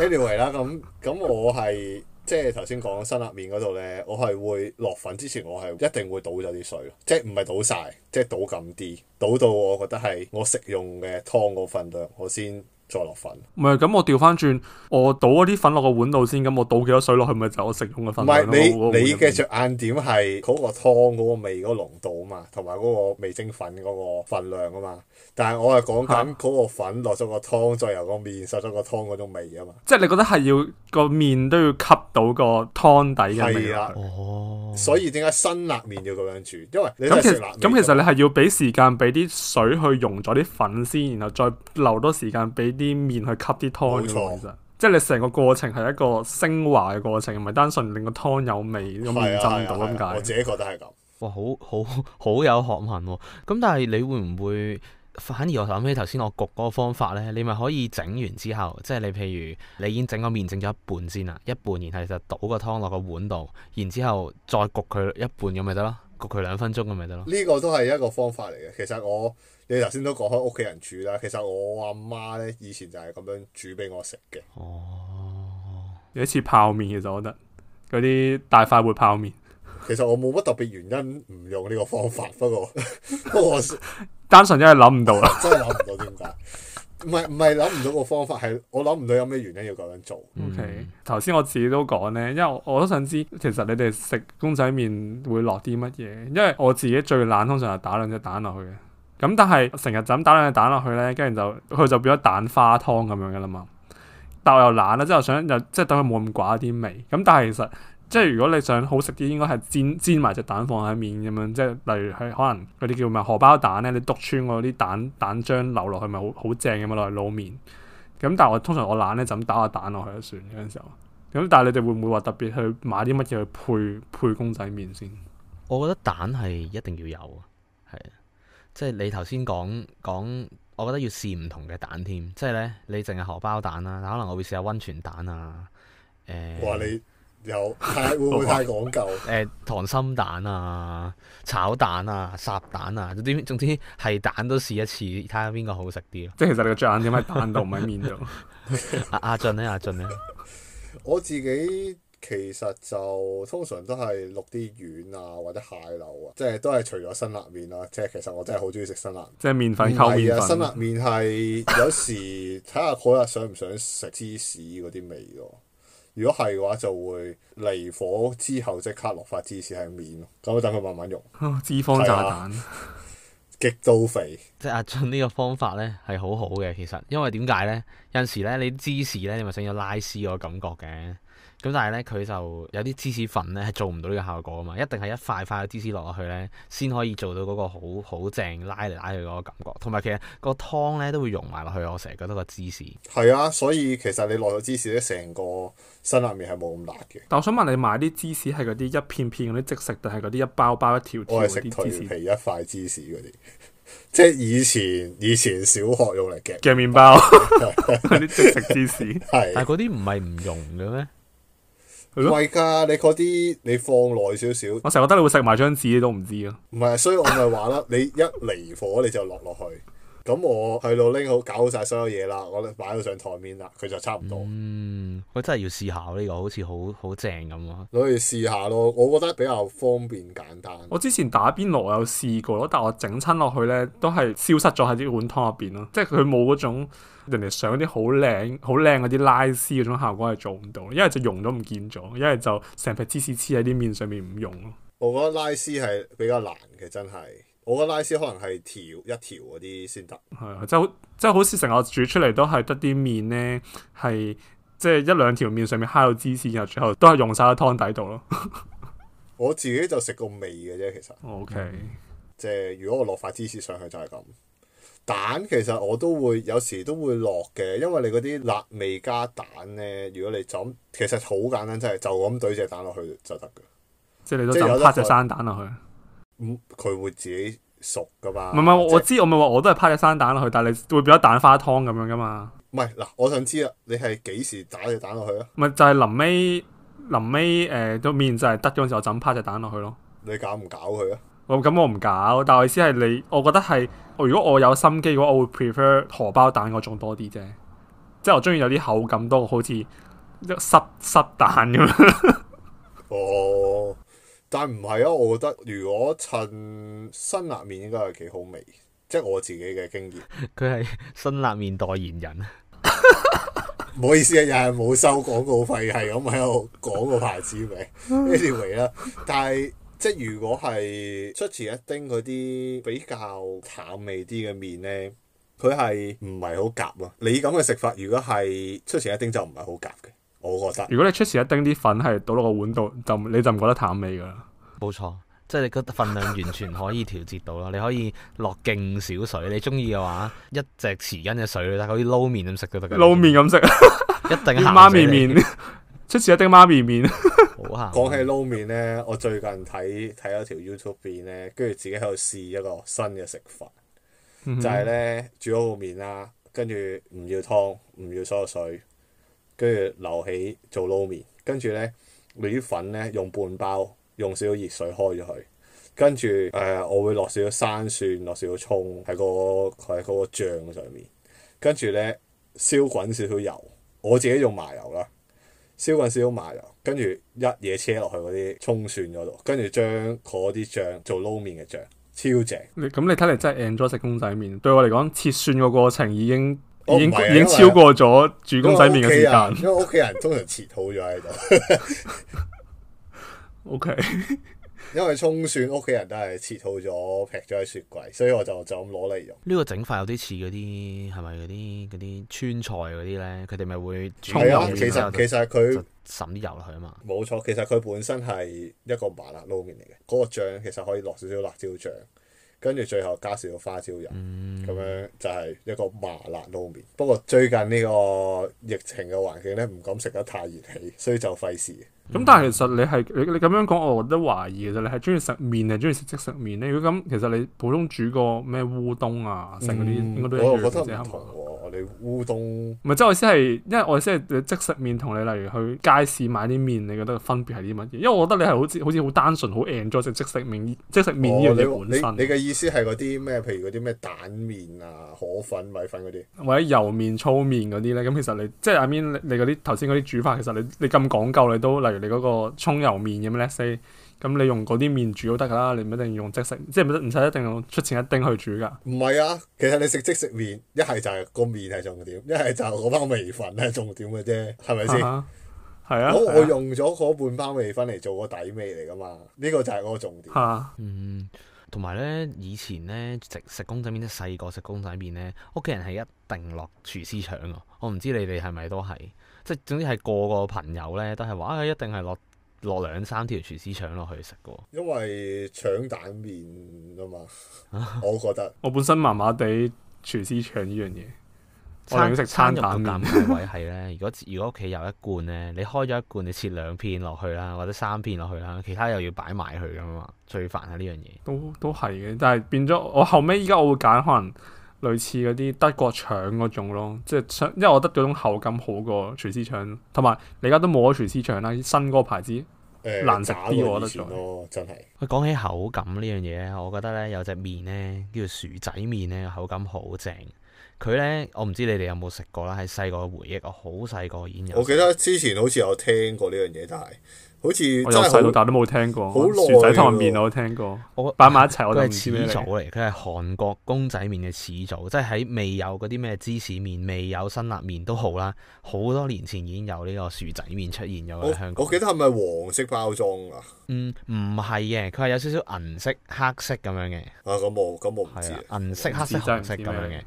[SPEAKER 2] anyway 啦，咁咁我係即係頭先講辛辣麵嗰度咧，我係會落粉之前，我係一定會倒咗啲水咯，即係唔係倒晒，即係倒咁啲，倒到我覺得係我食用嘅湯嗰份量，我先再落粉。
[SPEAKER 1] 唔係咁，我調翻轉，我倒嗰啲粉落個碗度先，咁我倒幾多水落去，咪啊就係我食用嘅
[SPEAKER 2] 唔
[SPEAKER 1] 份
[SPEAKER 2] 係
[SPEAKER 1] 量咯。我
[SPEAKER 2] 你
[SPEAKER 1] 嗰個碗
[SPEAKER 2] 你
[SPEAKER 1] 入
[SPEAKER 2] 嘅
[SPEAKER 1] 面
[SPEAKER 2] 着眼點係嗰個湯嗰個味嗰個濃度啊嘛，同埋嗰個味精粉嗰個份量啊嘛。但係我係講緊嗰個粉落咗個湯，再由個麵受咗個湯嗰種味啊嘛。
[SPEAKER 1] 即係你覺得係要個麵都要吸到個湯底嘅味
[SPEAKER 2] 係啊
[SPEAKER 1] 落
[SPEAKER 2] 啦
[SPEAKER 1] 去。
[SPEAKER 3] 哦，
[SPEAKER 2] 所以點解辛辣麵要咁樣煮？因為你都
[SPEAKER 1] 咁
[SPEAKER 2] 係
[SPEAKER 1] 其
[SPEAKER 2] 食
[SPEAKER 1] 實
[SPEAKER 2] 辣麵㗎嘛。
[SPEAKER 1] 咁其實你係要俾時間俾啲水去溶咗啲粉先，然後再留多時間俾啲麵去吸啲湯㗎嘛。
[SPEAKER 2] 冇錯
[SPEAKER 1] 其實即係你成個過程係一個升華嘅過程，唔係單純令個湯有味，個
[SPEAKER 2] 係
[SPEAKER 1] 麵
[SPEAKER 2] 啊係
[SPEAKER 1] 浸
[SPEAKER 2] 啊
[SPEAKER 1] 到
[SPEAKER 2] 係啊我
[SPEAKER 1] 咁
[SPEAKER 2] 自
[SPEAKER 1] 解。
[SPEAKER 2] 己覺得係咁。
[SPEAKER 3] 哇，好好好有學問喎、咁但係你會唔會？反而我諗起頭先我焗嗰個方法呢，你咪可以整完之後，即係你譬如你已經整個麵整咗一半先啦，一半然後就倒個湯落個碗度，然之後再焗佢一半咁咪得咯，焗佢兩分鐘咁咪得咯。
[SPEAKER 2] 呢個都係一個方法嚟嘅。其實我你頭先都講開屋企人煮啦，其實我阿媽咧以前就係咁樣煮俾我食嘅。
[SPEAKER 3] 哦，
[SPEAKER 1] 有一次泡麵，其實我覺得嗰啲大快活泡麵，
[SPEAKER 2] 其實我冇乜特別原因唔用呢個方法， 不過不過我真
[SPEAKER 1] 單純因為諗唔到啦。
[SPEAKER 2] 係諗唔到點解。唔係唔係諗唔到個方法，係我諗唔到有咩原因要咁樣做。
[SPEAKER 3] 嗯
[SPEAKER 1] OK，頭先我自己都講咧，因為我我都想知其實你哋食公仔麵會落啲乜嘢，因為我自己最懶通常係打兩隻蛋落去嘅。咁但係成日就咁打兩隻蛋落去咧，跟住就佢就變咗蛋花湯咁樣噶啦嘛。但我又懶啦，即係我想又即係等佢冇咁寡啲味。咁但係其實即係如果你想好食啲，應該係煎煎埋隻蛋放喺面咁樣，即係例如係可能嗰啲叫咩荷包蛋咧，你篤穿嗰啲蛋蛋漿流落去咪好好正咁樣落去撈麵。咁但係我通常我懶咧就咁打個蛋落去就算嗰陣時候。咁但係你哋會唔會話特別去買啲乜嘢去配配公仔麵先？
[SPEAKER 3] 我覺得蛋係一定要有啊，係啊即係你頭先講講，我覺得要試唔同嘅蛋添，即係咧你淨係荷包蛋啦，但可能我會試下温泉蛋啊，誒、
[SPEAKER 2] 哇！你有太會唔會太講究？啊
[SPEAKER 3] 誒溏心蛋啊、炒蛋啊、烚蛋啊，總之總之係蛋都試一次，睇下邊個好食啲咯。
[SPEAKER 1] 即係其實你個着眼點喺蛋度，唔喺面 度。
[SPEAKER 3] 阿阿俊咧，阿俊咧，
[SPEAKER 2] 我自己其實就通常都係淥啲丸啊或者蟹柳啊，即係都係除咗辛辣麵啦。即係其實我真係好中意食辛辣麵。
[SPEAKER 1] 即係面
[SPEAKER 2] 唔
[SPEAKER 1] 粉溝
[SPEAKER 2] 係
[SPEAKER 1] 面
[SPEAKER 2] 啊，辛
[SPEAKER 1] 粉。
[SPEAKER 2] 辣麵係有時睇下嗰日想唔想食芝士嗰啲味咯。如果係嘅話，就會離火之後即刻落塊芝士喺面咯，咁等佢慢慢溶，
[SPEAKER 1] 哦脂肪炸
[SPEAKER 2] 係
[SPEAKER 1] 彈。
[SPEAKER 2] 極度肥。
[SPEAKER 3] 即係阿俊呢個方法咧係好好嘅，其實因為點解咧？有陣時咧，你芝士咧，你咪想有拉絲嗰個感覺嘅。咁但係咧，佢就有啲芝士粉咧係做唔到呢個效果啊嘛，一定係一塊塊嘅芝士落落去咧，先可以做到嗰個好好正拉嚟拉去嗰個感覺。同埋其實個湯咧都會溶埋落去，我成日覺得個芝士。
[SPEAKER 2] 係啊，所以其實你落咗芝士咧，成個辛辣麵係冇咁辣嘅。
[SPEAKER 1] 但我想問你買啲芝士係嗰啲一片片嗰啲即食，定係嗰啲一包包一條條
[SPEAKER 2] 我係
[SPEAKER 1] 嗰
[SPEAKER 2] 食
[SPEAKER 1] 啲
[SPEAKER 2] 頹
[SPEAKER 1] 芝士
[SPEAKER 2] 皮一塊芝士嗰啲， 即係以前以前小學用嚟夾，
[SPEAKER 1] 嘅麵包？ 嗰啲即食芝士
[SPEAKER 3] 但
[SPEAKER 2] 係
[SPEAKER 3] 係嗰啲唔係唔溶嘅咩？
[SPEAKER 1] 係
[SPEAKER 2] 唔
[SPEAKER 1] 咯。
[SPEAKER 2] 啊係㗎？你嗰啲你放耐少少，
[SPEAKER 1] 我成日覺得你會食埋張紙都唔知啊。
[SPEAKER 2] 唔係，所以我咪話啦，你一離火你就落落去，咁我去到拎好搞好晒所有嘢啦，我擺到上台面啦，佢就差唔多，
[SPEAKER 3] 嗯，我真係要試下喎呢、個，好似好好正咁啊！
[SPEAKER 2] 攞去試下咯。我覺得比較方便簡單。
[SPEAKER 1] 我之前打邊爐我有試過咯，但我整親落去咧都係消失咗喺啲碗湯入邊咯，即係佢冇嗰種人哋想啲好靚好靚嗰啲拉絲嗰種效果係做唔到，一係就溶咗唔見咗，一係就成劈芝士黐喺啲面上面唔溶咯。
[SPEAKER 2] 我覺得拉絲係比較難嘅，真係。我覺得拉絲可能係條一條嗰啲先得。
[SPEAKER 1] 係啊，即係好即係好似成個煮出嚟都係得啲面咧係。即係一兩條面上面揩到芝士，然後最後都係用晒喺湯底度咯。
[SPEAKER 2] 我自己就食個味嘅啫，其實。
[SPEAKER 1] O K，
[SPEAKER 2] 嗯即係如果我落塊芝士上去就係咁。蛋其實我都會有時都會落嘅，因為你嗰啲辣味加蛋呢，如果你就咁，其實好簡單，真係就咁懟隻蛋落去就得嘅。
[SPEAKER 1] 即係你都
[SPEAKER 2] 即係
[SPEAKER 1] 就
[SPEAKER 2] 有
[SPEAKER 1] 咁
[SPEAKER 2] 得
[SPEAKER 1] 拍隻
[SPEAKER 2] 佢
[SPEAKER 1] 生蛋落去。
[SPEAKER 2] 咁嗯佢會自己熟噶嘛？
[SPEAKER 1] 唔係唔係，我我
[SPEAKER 2] 即係
[SPEAKER 1] 知我咪話我都係拍隻生蛋落去，但係你會變咗蛋花湯咁樣噶嘛？
[SPEAKER 2] 唔係嗱，我想知啊，你係幾時打隻蛋落去啊？
[SPEAKER 1] 咪就係臨尾臨尾誒個面就係得嗰陣時，我就咁趴隻蛋落去咯。
[SPEAKER 2] 你搞唔搞佢啊？
[SPEAKER 1] 我咁我唔搞，但係我意思係你，我覺得係如果我有心機嘅話，我會 prefer 荷包蛋嗰種多啲啫。即係我中意有啲口感多過好似一濕濕蛋咁樣。
[SPEAKER 2] 哦，但唔係啊，我覺得如果襯辛辣面應該係幾好味，即係我自己嘅經驗。
[SPEAKER 3] 佢係辛辣麵代言人，
[SPEAKER 2] 唔好意思啊，又係冇收廣告費，係咁喺度講個牌子名 anyway 啦。但係即係如果係出前一丁嗰啲比較淡味啲嘅麵呢，佢係唔係好夾啊？你咁嘅食法，如果係出前一丁就唔係好夾嘅，我覺得。
[SPEAKER 1] 如果你出時一丁啲粉係倒落個碗度，就你就唔覺得淡味噶啦。
[SPEAKER 3] 冇錯，即係你個份量完全可以調節到咯。你可以落勁少水，你中意嘅話，一隻匙羹嘅水，但係好似撈麵咁食都得嘅。
[SPEAKER 1] 撈啊面咁食，
[SPEAKER 3] 一
[SPEAKER 1] 啲
[SPEAKER 3] 定鹹
[SPEAKER 1] 媽
[SPEAKER 3] 死
[SPEAKER 1] 咪
[SPEAKER 3] 你，
[SPEAKER 1] 面，出時一丁媽咪面。
[SPEAKER 3] 好鹹。
[SPEAKER 2] 講起撈麵呢，我最近睇睇咗條 YouTube 片呢，跟住自己喺度試一個新嘅食法，
[SPEAKER 1] 就
[SPEAKER 2] 就係呢，煮好個麵啦，跟住唔要湯，唔要所有水，跟住留起做撈麵，跟住呢，你啲粉呢，用半包，用少少熱水開咗佢，跟住誒、呃我會落少少生蒜，落少少葱喺、個喺嗰個醬上面，跟住呢，燒滾少少油，我自己用麻油啦。燒滾少少麻油，跟住一嘢車落去嗰啲葱蒜嗰度，跟住將嗰啲醬做撈麵嘅醬，超正。
[SPEAKER 1] 你咁你睇嚟真係 enjoy 食公仔麵，對我嚟講切蒜個過程已經
[SPEAKER 2] 哦
[SPEAKER 1] 已經
[SPEAKER 2] 唔係啊
[SPEAKER 1] 已經超過咗煮公仔麵嘅時
[SPEAKER 2] 因為
[SPEAKER 1] 間。
[SPEAKER 2] 屋企人因為屋企人通常切好咗喺度，
[SPEAKER 1] O K，
[SPEAKER 2] 嗯因為葱蒜屋企人都係切好咗，劈咗喺雪櫃，所以我就就咁攞嚟用。
[SPEAKER 3] 呢個整法有啲似嗰啲係咪嗰啲嗰啲川菜嗰啲咧？佢哋咪會煮
[SPEAKER 1] 葱
[SPEAKER 2] 係
[SPEAKER 1] 油
[SPEAKER 2] 啊，
[SPEAKER 1] 麵
[SPEAKER 2] 其
[SPEAKER 3] 然後
[SPEAKER 2] 實
[SPEAKER 3] 就
[SPEAKER 2] 其實佢
[SPEAKER 3] 就滲啲油落去啊嘛。
[SPEAKER 2] 冇錯，其實佢本身係一個麻辣撈麵嚟嘅，嗰、個醬其實可以落少少辣椒醬，跟住最後加少少花椒油。咁樣就係一個麻辣撈麵。不過最近呢個疫情嘅環境咧，唔敢食得太熱氣， 所以就費事。
[SPEAKER 1] 咁但係其實你係你你咁樣講，我覺得懷疑其實你係中意食麵定中意食即食麵咧？如果咁，其實你普通煮個咩烏冬啊，食嗰啲應該都一
[SPEAKER 2] 嗯我
[SPEAKER 1] 樣
[SPEAKER 2] 又覺得
[SPEAKER 1] 嘅啫，
[SPEAKER 2] 唔
[SPEAKER 1] 係
[SPEAKER 2] 同
[SPEAKER 1] 嘛
[SPEAKER 2] 喎，你哋烏冬
[SPEAKER 1] 唔係，即係我意思係，因為我意思係你即食麵同你例如去街市買啲麵，你覺得分別係啲乜嘢？因為我覺得你係好似好似好單純，好 enjoy 食即食麵，即食麵呢樣
[SPEAKER 2] 哦
[SPEAKER 1] 嘢
[SPEAKER 2] 你
[SPEAKER 1] 本
[SPEAKER 2] 你你
[SPEAKER 1] 身，
[SPEAKER 2] 嘅意思係嗰啲咩？譬如嗰啲咩蛋麵啊、河粉、米粉嗰啲。
[SPEAKER 1] 或者油麵、粗麵嗰啲咧。咁其實你即係 I mean 你你嗰啲頭先嗰啲煮法，其實你你咁講究，你都例如你嗰個葱油麵咁 let's say，咁你用嗰啲麵煮都得㗎啦，你唔一定用即食，即係唔一唔使一定用出前一丁去煮㗎。
[SPEAKER 2] 唔係啊，其實你食即食麵，一係就係個麵係重點，一係就嗰包味粉係重點嘅啫，係咪先？
[SPEAKER 1] 啊哈係啊，
[SPEAKER 2] 我
[SPEAKER 1] 係
[SPEAKER 2] 我
[SPEAKER 1] 啊
[SPEAKER 2] 用咗嗰半包味粉嚟做個底味嚟噶嘛，呢個就係嗰個重點。
[SPEAKER 1] 嚇
[SPEAKER 3] 嗯，同埋咧，以前咧食食公仔麵，即係細個食公仔麵咧，屋企人係一定落廚師腸㗎。我唔知你哋係咪都係，即係總之係個個朋友咧都係話啊，一定係落落兩三條廚師腸落去食嘅喎。
[SPEAKER 2] 因為腸蛋麵啊嘛，我覺得
[SPEAKER 1] 我本身麻麻地廚師腸呢樣嘢，我寧願食餐
[SPEAKER 3] 餐肉
[SPEAKER 1] 蛋麵
[SPEAKER 3] 嘅尷。尬位係咧，如果如果屋企有一罐咧，你開咗一罐，你切兩片落去啦，或者三片落去啦，其他又要擺埋佢㗎啊嘛，最煩係呢樣嘢。
[SPEAKER 1] 都都係嘅，但係變咗我後尾依家我會揀可能類似嗰啲德國腸嗰種咯，即係腸因為我覺得嗰種口感好過廚師腸，同埋你而家都冇咗廚師腸啦，新嗰個牌子
[SPEAKER 2] 誒
[SPEAKER 1] 難食啲
[SPEAKER 2] 渣過
[SPEAKER 1] 我覺得
[SPEAKER 2] 以前咯，真係
[SPEAKER 3] 佢講起口感呢樣嘢咧，我覺得咧有隻麵咧叫做薯仔麵咧，口感好正。佢咧，我唔知你哋有冇食過啦，係細個嘅回憶，我好細個已經有食。
[SPEAKER 2] 我記得之前好似有聽過呢樣嘢，但係好似
[SPEAKER 1] 我由細
[SPEAKER 2] 真
[SPEAKER 1] 到
[SPEAKER 2] 係好
[SPEAKER 1] 大都冇聽過，
[SPEAKER 2] 好耐
[SPEAKER 1] 薯仔湯
[SPEAKER 2] 喎
[SPEAKER 1] 麵我都聽過，
[SPEAKER 3] 我
[SPEAKER 1] 擺埋一齊我就
[SPEAKER 3] 佢
[SPEAKER 1] 唔
[SPEAKER 3] 係
[SPEAKER 1] 知
[SPEAKER 3] 始
[SPEAKER 1] 咩
[SPEAKER 3] 祖
[SPEAKER 1] 嚟。
[SPEAKER 3] 嚟，佢係韓國公仔麵嘅始祖，即係喺未有嗰啲咩芝士麵、未有辛辣麵都好啦，好多年前已經有呢個薯仔麵出現咗
[SPEAKER 2] 我
[SPEAKER 3] 喺香港。
[SPEAKER 2] 我記得係咪黃色包裝啊？
[SPEAKER 3] 嗯，唔係嘅，佢係有少少銀色、黑色咁樣嘅。
[SPEAKER 2] 啊咁我咁我唔知
[SPEAKER 3] 係
[SPEAKER 2] 啊。
[SPEAKER 3] 啊，銀色、
[SPEAKER 1] 唔
[SPEAKER 3] 黑
[SPEAKER 1] 知
[SPEAKER 3] 色、
[SPEAKER 1] 真係唔
[SPEAKER 3] 紅色
[SPEAKER 1] 知
[SPEAKER 3] 咁
[SPEAKER 1] 咩嚟
[SPEAKER 3] 樣嘅。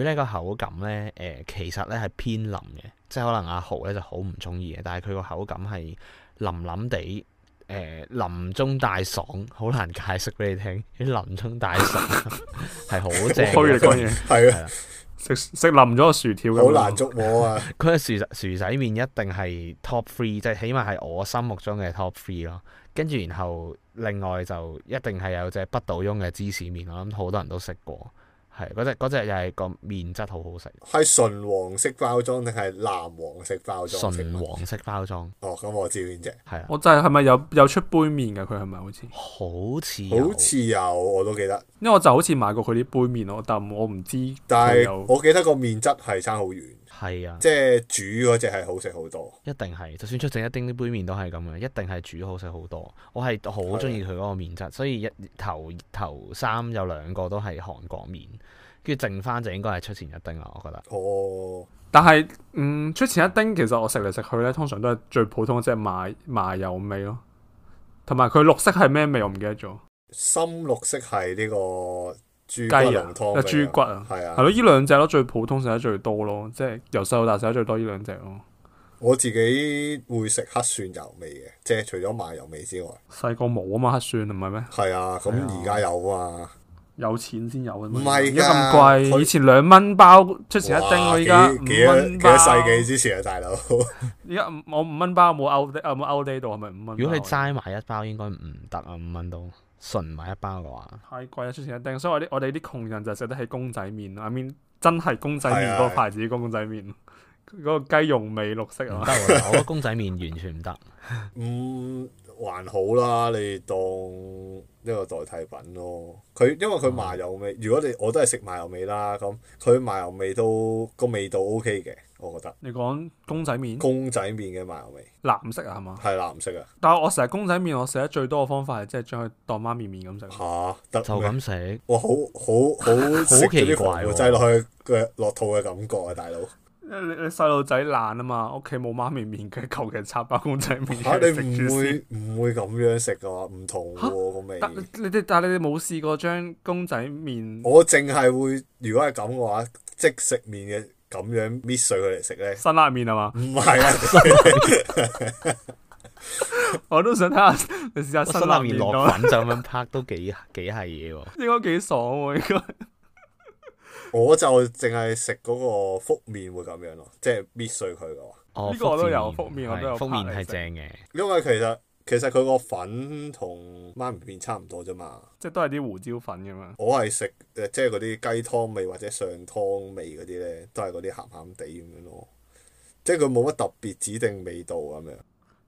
[SPEAKER 3] 佢呢個口感呢，誒、其實呢係偏腍嘅，即係可能阿豪呢就好唔中意嘅，但係佢個口感係腍腍地，誒、腍中帶爽，好難解釋俾你聽。啲腍中帶爽 係好正
[SPEAKER 1] 好虛嘅
[SPEAKER 3] 嘅。
[SPEAKER 1] 講嘢，
[SPEAKER 2] 係啊，
[SPEAKER 1] 食食淋咗個薯條咁樣
[SPEAKER 2] 好難捉摸啊！
[SPEAKER 3] 佢嘅薯仔薯仔麵一定係 top three，即係起碼係我心目中嘅 top three 咯。跟住然後另外就一定係有隻不倒翁嘅芝士麵，我諗好多人都食過。係嗰隻嗰隻又係個麵質好好食，
[SPEAKER 2] 係純黃色包裝定係藍黃色包裝？啊
[SPEAKER 3] 純。黃色包裝
[SPEAKER 2] 哦，咁我知邊只。
[SPEAKER 3] 係啊啦，
[SPEAKER 1] 我就係係咪有有出杯麵㗎？佢係咪好似？
[SPEAKER 3] 好似有
[SPEAKER 2] 好似有，我都記得，
[SPEAKER 1] 因為我就好似買過佢啲杯麵咯，但我唔知
[SPEAKER 2] 但
[SPEAKER 1] 佢
[SPEAKER 2] 係
[SPEAKER 1] 有
[SPEAKER 2] 我記得個麵質係差好遠，
[SPEAKER 3] 係啊，
[SPEAKER 2] 即係煮嗰只係好食好多。
[SPEAKER 3] 一定係，就算出剩一丁啲杯麵都係咁嘅，一定係煮好食好多。我係
[SPEAKER 1] 啊
[SPEAKER 3] 好中意佢嗰個麵質，所以一頭頭三有兩個都係韓國麵，跟住剩翻就應該係出前一丁啦，我覺得。
[SPEAKER 2] 哦，
[SPEAKER 1] 但係，嗯，出前一丁其實我食嚟食去咧，通常都係最普通嗰只麻麻油味咯，同埋佢綠色係咩味我唔記得咗，
[SPEAKER 2] 深綠色係呢個豬骨
[SPEAKER 1] 雞啊
[SPEAKER 2] 濃，湯
[SPEAKER 1] 啊
[SPEAKER 2] 味
[SPEAKER 1] 豬骨啊，
[SPEAKER 2] 係
[SPEAKER 1] 係
[SPEAKER 2] 啊，
[SPEAKER 1] 咯，呢兩隻咯最普通食得最多咯，即係由細到大食得最多呢兩隻咯。
[SPEAKER 2] 我自己會食黑蒜油味嘅，即係除咗麻油味之外，
[SPEAKER 1] 細個冇啊嘛，黑蒜唔係咩？
[SPEAKER 2] 係啊，咁
[SPEAKER 1] 係啊
[SPEAKER 2] 而家有啊，
[SPEAKER 1] 有錢先有啊嘛，
[SPEAKER 2] 唔係
[SPEAKER 1] 而
[SPEAKER 2] 㗎
[SPEAKER 1] 家咁貴，
[SPEAKER 2] 佢
[SPEAKER 1] 以前兩蚊包出前一丁
[SPEAKER 2] 哇
[SPEAKER 1] 咯，依家
[SPEAKER 2] 幾
[SPEAKER 1] 五
[SPEAKER 2] 幾多
[SPEAKER 1] 蚊
[SPEAKER 2] 幾
[SPEAKER 1] 包。
[SPEAKER 2] 多世紀之前啊，大佬，
[SPEAKER 1] 而家五我五蚊包有冇 out 有冇 out 到係咪五蚊？
[SPEAKER 3] 如果你齋買一包應該唔得啊，五蚊都純買一包嘅話，
[SPEAKER 1] 太貴啦，啊出前一丁，所以我哋我哋啲窮人就食得起公仔麵啦。I mean，真係公仔
[SPEAKER 2] 係
[SPEAKER 1] 麵
[SPEAKER 2] 啊
[SPEAKER 1] 嗰個
[SPEAKER 2] 係
[SPEAKER 1] 牌子嘅公仔麵， 嗰個雞蓉味綠色
[SPEAKER 3] 唔
[SPEAKER 1] 啊
[SPEAKER 3] 得，喎，我覺得公仔麵完全唔得。
[SPEAKER 2] 嗯，還好啦，你當一個代替品咯。佢因為
[SPEAKER 1] 嗯
[SPEAKER 2] 佢麻油味，如果你我都係食麻油味啦，咁佢麻油味都個味道 O K 嘅，我覺得
[SPEAKER 1] 你講公仔麵
[SPEAKER 2] 公仔麵嘅麻油味
[SPEAKER 1] 藍色啊，係嘛？
[SPEAKER 2] 係藍色啊，
[SPEAKER 1] 但係我成日公仔麵，我食得最多嘅方法係即係將佢當媽咪麵咁食。
[SPEAKER 2] 吓得
[SPEAKER 3] 就
[SPEAKER 2] 咩
[SPEAKER 3] 咁食，
[SPEAKER 2] 哇！好好 好食咗
[SPEAKER 3] 奇
[SPEAKER 2] 啲
[SPEAKER 3] 怪
[SPEAKER 2] 防腐
[SPEAKER 3] 喎
[SPEAKER 2] 劑落去嘅落肚嘅感覺啊，大 佬
[SPEAKER 1] 你你細路仔懶啊嘛，屋企冇媽咪麵嘅，求其插包公仔麵
[SPEAKER 2] 嚇
[SPEAKER 1] 嚟
[SPEAKER 2] 你
[SPEAKER 1] 食
[SPEAKER 2] 唔
[SPEAKER 1] 住先。
[SPEAKER 2] 會唔會咁樣食嘅話，唔同
[SPEAKER 1] 嚇
[SPEAKER 2] 喎個味。
[SPEAKER 1] 但你哋但係你哋冇試過將公仔麵
[SPEAKER 2] 我淨係會如果係咁嘅話，即食麵嘅咁樣搣碎佢嚟食咧，
[SPEAKER 1] 辛辣麵係嘛？
[SPEAKER 2] 唔係啊！
[SPEAKER 1] 我都想睇下 你試下
[SPEAKER 3] 哇辛
[SPEAKER 1] 辛
[SPEAKER 3] 辣
[SPEAKER 1] 辣
[SPEAKER 3] 麵
[SPEAKER 1] 麵啊
[SPEAKER 3] 落
[SPEAKER 1] 咯，
[SPEAKER 3] 粉就咁樣拍都幾幾係嘢喎。
[SPEAKER 1] 應該幾爽喎，應該。
[SPEAKER 2] 我就淨係食嗰個福麵會咁樣咯，即係搣碎佢嘅話。
[SPEAKER 3] 哦，
[SPEAKER 1] 呢個我都有
[SPEAKER 3] 福
[SPEAKER 1] 福
[SPEAKER 3] 麵
[SPEAKER 1] 麵我都有
[SPEAKER 3] 係福
[SPEAKER 1] 拍
[SPEAKER 3] 麵
[SPEAKER 1] 嚟
[SPEAKER 3] 係
[SPEAKER 1] 食
[SPEAKER 3] 正嘅。
[SPEAKER 2] 因為其實其實佢個粉同媽咪麵差唔多啫嘛。
[SPEAKER 1] 即係都係啲胡椒粉咁樣。
[SPEAKER 2] 我係食誒，即係嗰啲雞湯味或者上湯味嗰啲咧，都係嗰啲鹹鹹地咁樣咯。即係佢冇乜特別指定味道咁樣。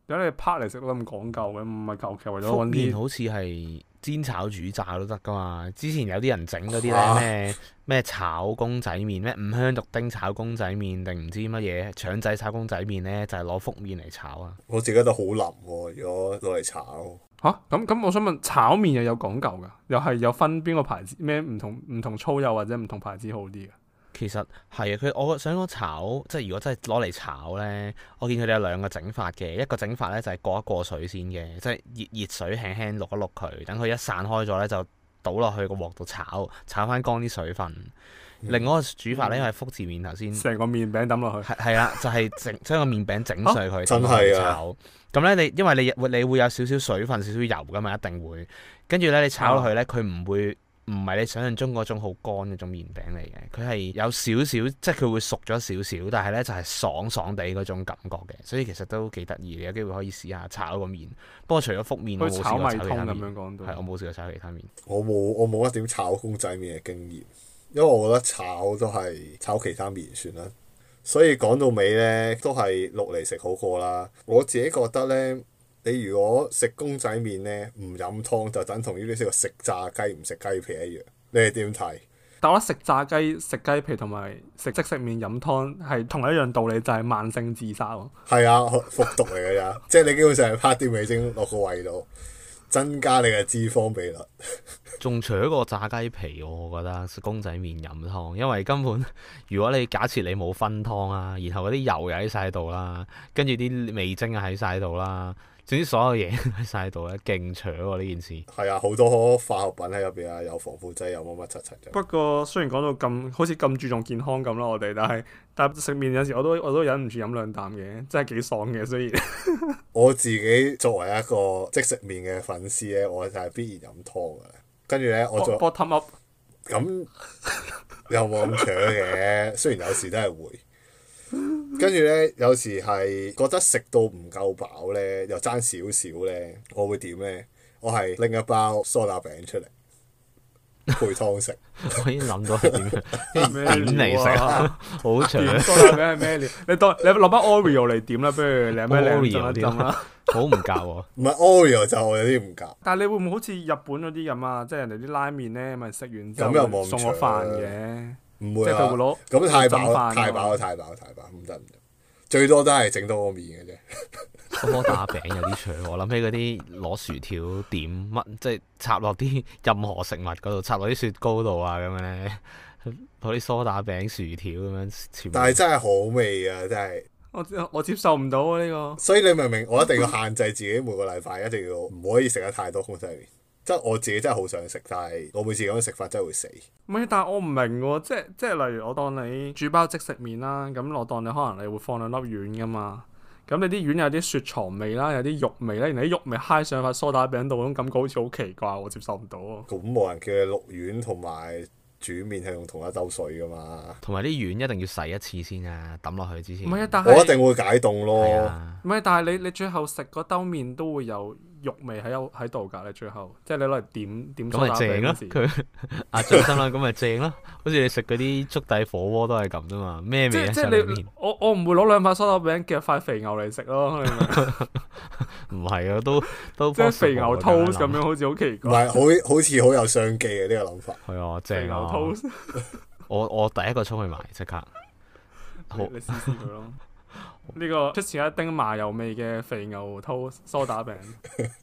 [SPEAKER 1] 點解你 part 嚟食都咁講究嘅？唔係求其為咗
[SPEAKER 3] 福
[SPEAKER 1] 揾
[SPEAKER 3] 麵
[SPEAKER 1] 啲
[SPEAKER 3] 好似係煎炒煮炸都得噶嘛。之前有啲人整嗰啲咧
[SPEAKER 2] 嚇
[SPEAKER 3] 咩咩炒公仔麵，咩五香肉丁炒公仔麵定唔知乜嘢腸仔炒公仔麵咧，就係攞福麵嚟炒啊。
[SPEAKER 2] 我自己覺得好腍喎，如果攞嚟炒，
[SPEAKER 1] 吓？咁咁、我想問炒麵又有講究㗎，又係有分邊個牌子咩唔同唔同粗幼或者唔同牌子好啲嘅。
[SPEAKER 3] 其實係啊，佢我想講炒，即係如果真係攞嚟炒呢，我見佢哋有兩個整法嘅，一個整法呢就係過一過水先嘅，即係熱熱水輕輕淥一淥佢，等佢一散開咗呢，就倒落去個鑊度炒，炒翻乾啲水分。
[SPEAKER 1] 嗯
[SPEAKER 3] 另外一個煮法呢，因為福字面頭先
[SPEAKER 1] 成個麵餅抌落去，
[SPEAKER 3] 係係啦，就係整將個麵餅整
[SPEAKER 1] 哦
[SPEAKER 3] 碎佢，
[SPEAKER 2] 真係啊
[SPEAKER 3] 整落去炒。咁咧，你因為你會你會有少少水分、少少油噶嘛，一定會。跟住咧，你炒落
[SPEAKER 1] 啊
[SPEAKER 3] 去咧，佢唔會唔係你想象中嗰種好乾嗰種麵餅嚟嘅，佢係有少少，即係佢會熟咗少少，但係咧就係爽爽地嗰種感覺嘅。所以其實都幾得意，你有機會可以試下炒個麵。不過除咗福麵，
[SPEAKER 1] 好
[SPEAKER 3] 我
[SPEAKER 1] 似
[SPEAKER 3] 冇
[SPEAKER 1] 炒
[SPEAKER 3] 試過
[SPEAKER 1] 米
[SPEAKER 3] 炒
[SPEAKER 1] 通
[SPEAKER 3] 其他
[SPEAKER 1] 咁
[SPEAKER 3] 麵，
[SPEAKER 1] 樣講
[SPEAKER 3] 係我
[SPEAKER 1] 到。
[SPEAKER 3] 冇試過炒其他麵。
[SPEAKER 2] 我冇我冇一點炒公仔麵嘅經驗，因為我覺得炒都係炒其他麵算啦。所以講到尾呢，都係落嚟食好過啦。我自己覺得呢，你如果食公仔麵呢，唔飲湯就等同於你食個食炸雞唔食雞皮一樣。你係點睇？
[SPEAKER 1] 但我覺得食炸雞、食雞皮同埋食即食麵飲湯係同一樣道理，就係慢性自殺喎。
[SPEAKER 2] 係啊，服毒嚟㗎咋，即係你基本上係拍啲味精落個胃度，增加你嘅脂肪比率。
[SPEAKER 3] 仲除咗個炸雞皮，我覺得公仔麵飲湯，因為根本 如果你假設你冇分湯啦，然後嗰啲油又喺晒度啦，跟住啲味精又喺晒度啦，總之所有嘢 喺晒度咧，勁扯喎呢件事。
[SPEAKER 2] 係啊，好多化學品喺入邊啊，有防腐劑，有乜乜柒柒嘅。
[SPEAKER 1] 不過雖然講到咁好似咁注重健康咁啦，我哋但係但係食麵有時我都我都忍唔住飲兩啖嘅，真係幾爽嘅。雖然
[SPEAKER 2] 我自己作為一個即食麵嘅粉絲咧，我就係必然飲湯㗎啦。跟住咧，我就
[SPEAKER 1] bottom up
[SPEAKER 2] 咁又冇咁搶嘅，雖然有時都係會。跟住咧，有時係覺得食到唔夠飽咧，又爭少少咧，我會點咧？我係拎一包梳打 餅出嚟配湯食。
[SPEAKER 3] 我已經諗到係點樣，跟住
[SPEAKER 1] 咩
[SPEAKER 3] 點嚟食
[SPEAKER 1] 料
[SPEAKER 3] 啊，
[SPEAKER 1] 啊
[SPEAKER 3] 好扯，
[SPEAKER 1] 點梳打餅係咩料？你當你攞包 Oreo 嚟點啦，不如你咩兩
[SPEAKER 3] Oreo
[SPEAKER 1] 浸一啊浸啦。
[SPEAKER 3] 好唔夾喎。
[SPEAKER 2] 唔係 Oreo 就我有啲唔夾，
[SPEAKER 1] 但係你會唔會好似日本嗰啲咁啊？即係人哋啲拉麵咧，咪食完之後
[SPEAKER 2] 咁又冇咁
[SPEAKER 1] 送我
[SPEAKER 2] 長啊
[SPEAKER 1] 飯嘅，
[SPEAKER 2] 唔
[SPEAKER 1] 即
[SPEAKER 2] 會
[SPEAKER 1] 係佢
[SPEAKER 2] 啊
[SPEAKER 1] 會。攞
[SPEAKER 2] 咁太
[SPEAKER 1] 浸飯啊
[SPEAKER 2] 飽，太飽啦，太飽，太飽，唔得唔得。最多都係整多個面嘅啫。
[SPEAKER 3] 梳打餅有啲長，我諗起嗰啲攞薯條點乜，即係插落啲任何食物嗰度，插落啲雪糕度啊咁樣咧， 攞啲梳打餅、薯條咁樣全部。
[SPEAKER 2] 但係真係好味啊！真係，
[SPEAKER 1] 我我接受唔到啊呢個。
[SPEAKER 2] 所以你明唔明？我一定要限制自己每個禮拜一定要唔可以食得太多公仔麵。即係我自己真係好想食，但係我每次咁樣食法真係會死。
[SPEAKER 1] 唔係，但係我唔明喎，即係即係例如我當你煮包即食麵啦，咁我當你可能你會放兩粒丸噶嘛，咁你啲丸有啲雪藏味啦，有啲肉味啦，然後啲肉味揩上塊梳打餅度嗰種感覺好似好奇怪，我接受唔到喎。
[SPEAKER 2] 咁冇人叫你淥丸同埋煮面係用同一兜水噶嘛？
[SPEAKER 3] 同埋啲丸一定要洗一次先啊，抌落去之前。
[SPEAKER 1] 唔係啊，但
[SPEAKER 2] 我一
[SPEAKER 1] 係
[SPEAKER 2] 定會解凍
[SPEAKER 3] 係
[SPEAKER 2] 咯。
[SPEAKER 3] 啊，
[SPEAKER 1] 唔係，但係你你最後食嗰兜麵都會有肉味喺有喺度㗎，你最後即係你攞嚟點點
[SPEAKER 3] 咁
[SPEAKER 1] 哦梳打
[SPEAKER 3] 咪正
[SPEAKER 1] 餅
[SPEAKER 3] 咯
[SPEAKER 1] 嗰時，
[SPEAKER 3] 佢阿張心諗咁咪正咯，好似你食嗰啲粥底火鍋都係咁啫嘛，咩
[SPEAKER 1] 即
[SPEAKER 3] 味啊？
[SPEAKER 1] 係即
[SPEAKER 3] 上
[SPEAKER 1] 係
[SPEAKER 3] 面
[SPEAKER 1] 你我我唔會攞兩塊梳打餅夾塊肥牛嚟食咯，你明唔 明
[SPEAKER 3] 唔係啊，都都
[SPEAKER 1] 即係肥牛 toast 咁樣，
[SPEAKER 3] 樣。
[SPEAKER 1] 好似好奇
[SPEAKER 2] 唔
[SPEAKER 1] 怪。
[SPEAKER 2] 係好好似好有商機嘅呢個諗法。
[SPEAKER 3] 係啊，
[SPEAKER 1] 肥
[SPEAKER 3] 正
[SPEAKER 1] 牛
[SPEAKER 3] 啊！
[SPEAKER 1] toast，
[SPEAKER 3] 我我第一個衝去買即刻。好
[SPEAKER 1] 你你試試佢咯。呢個出前一丁麻油味嘅肥牛 toast 梳打餅，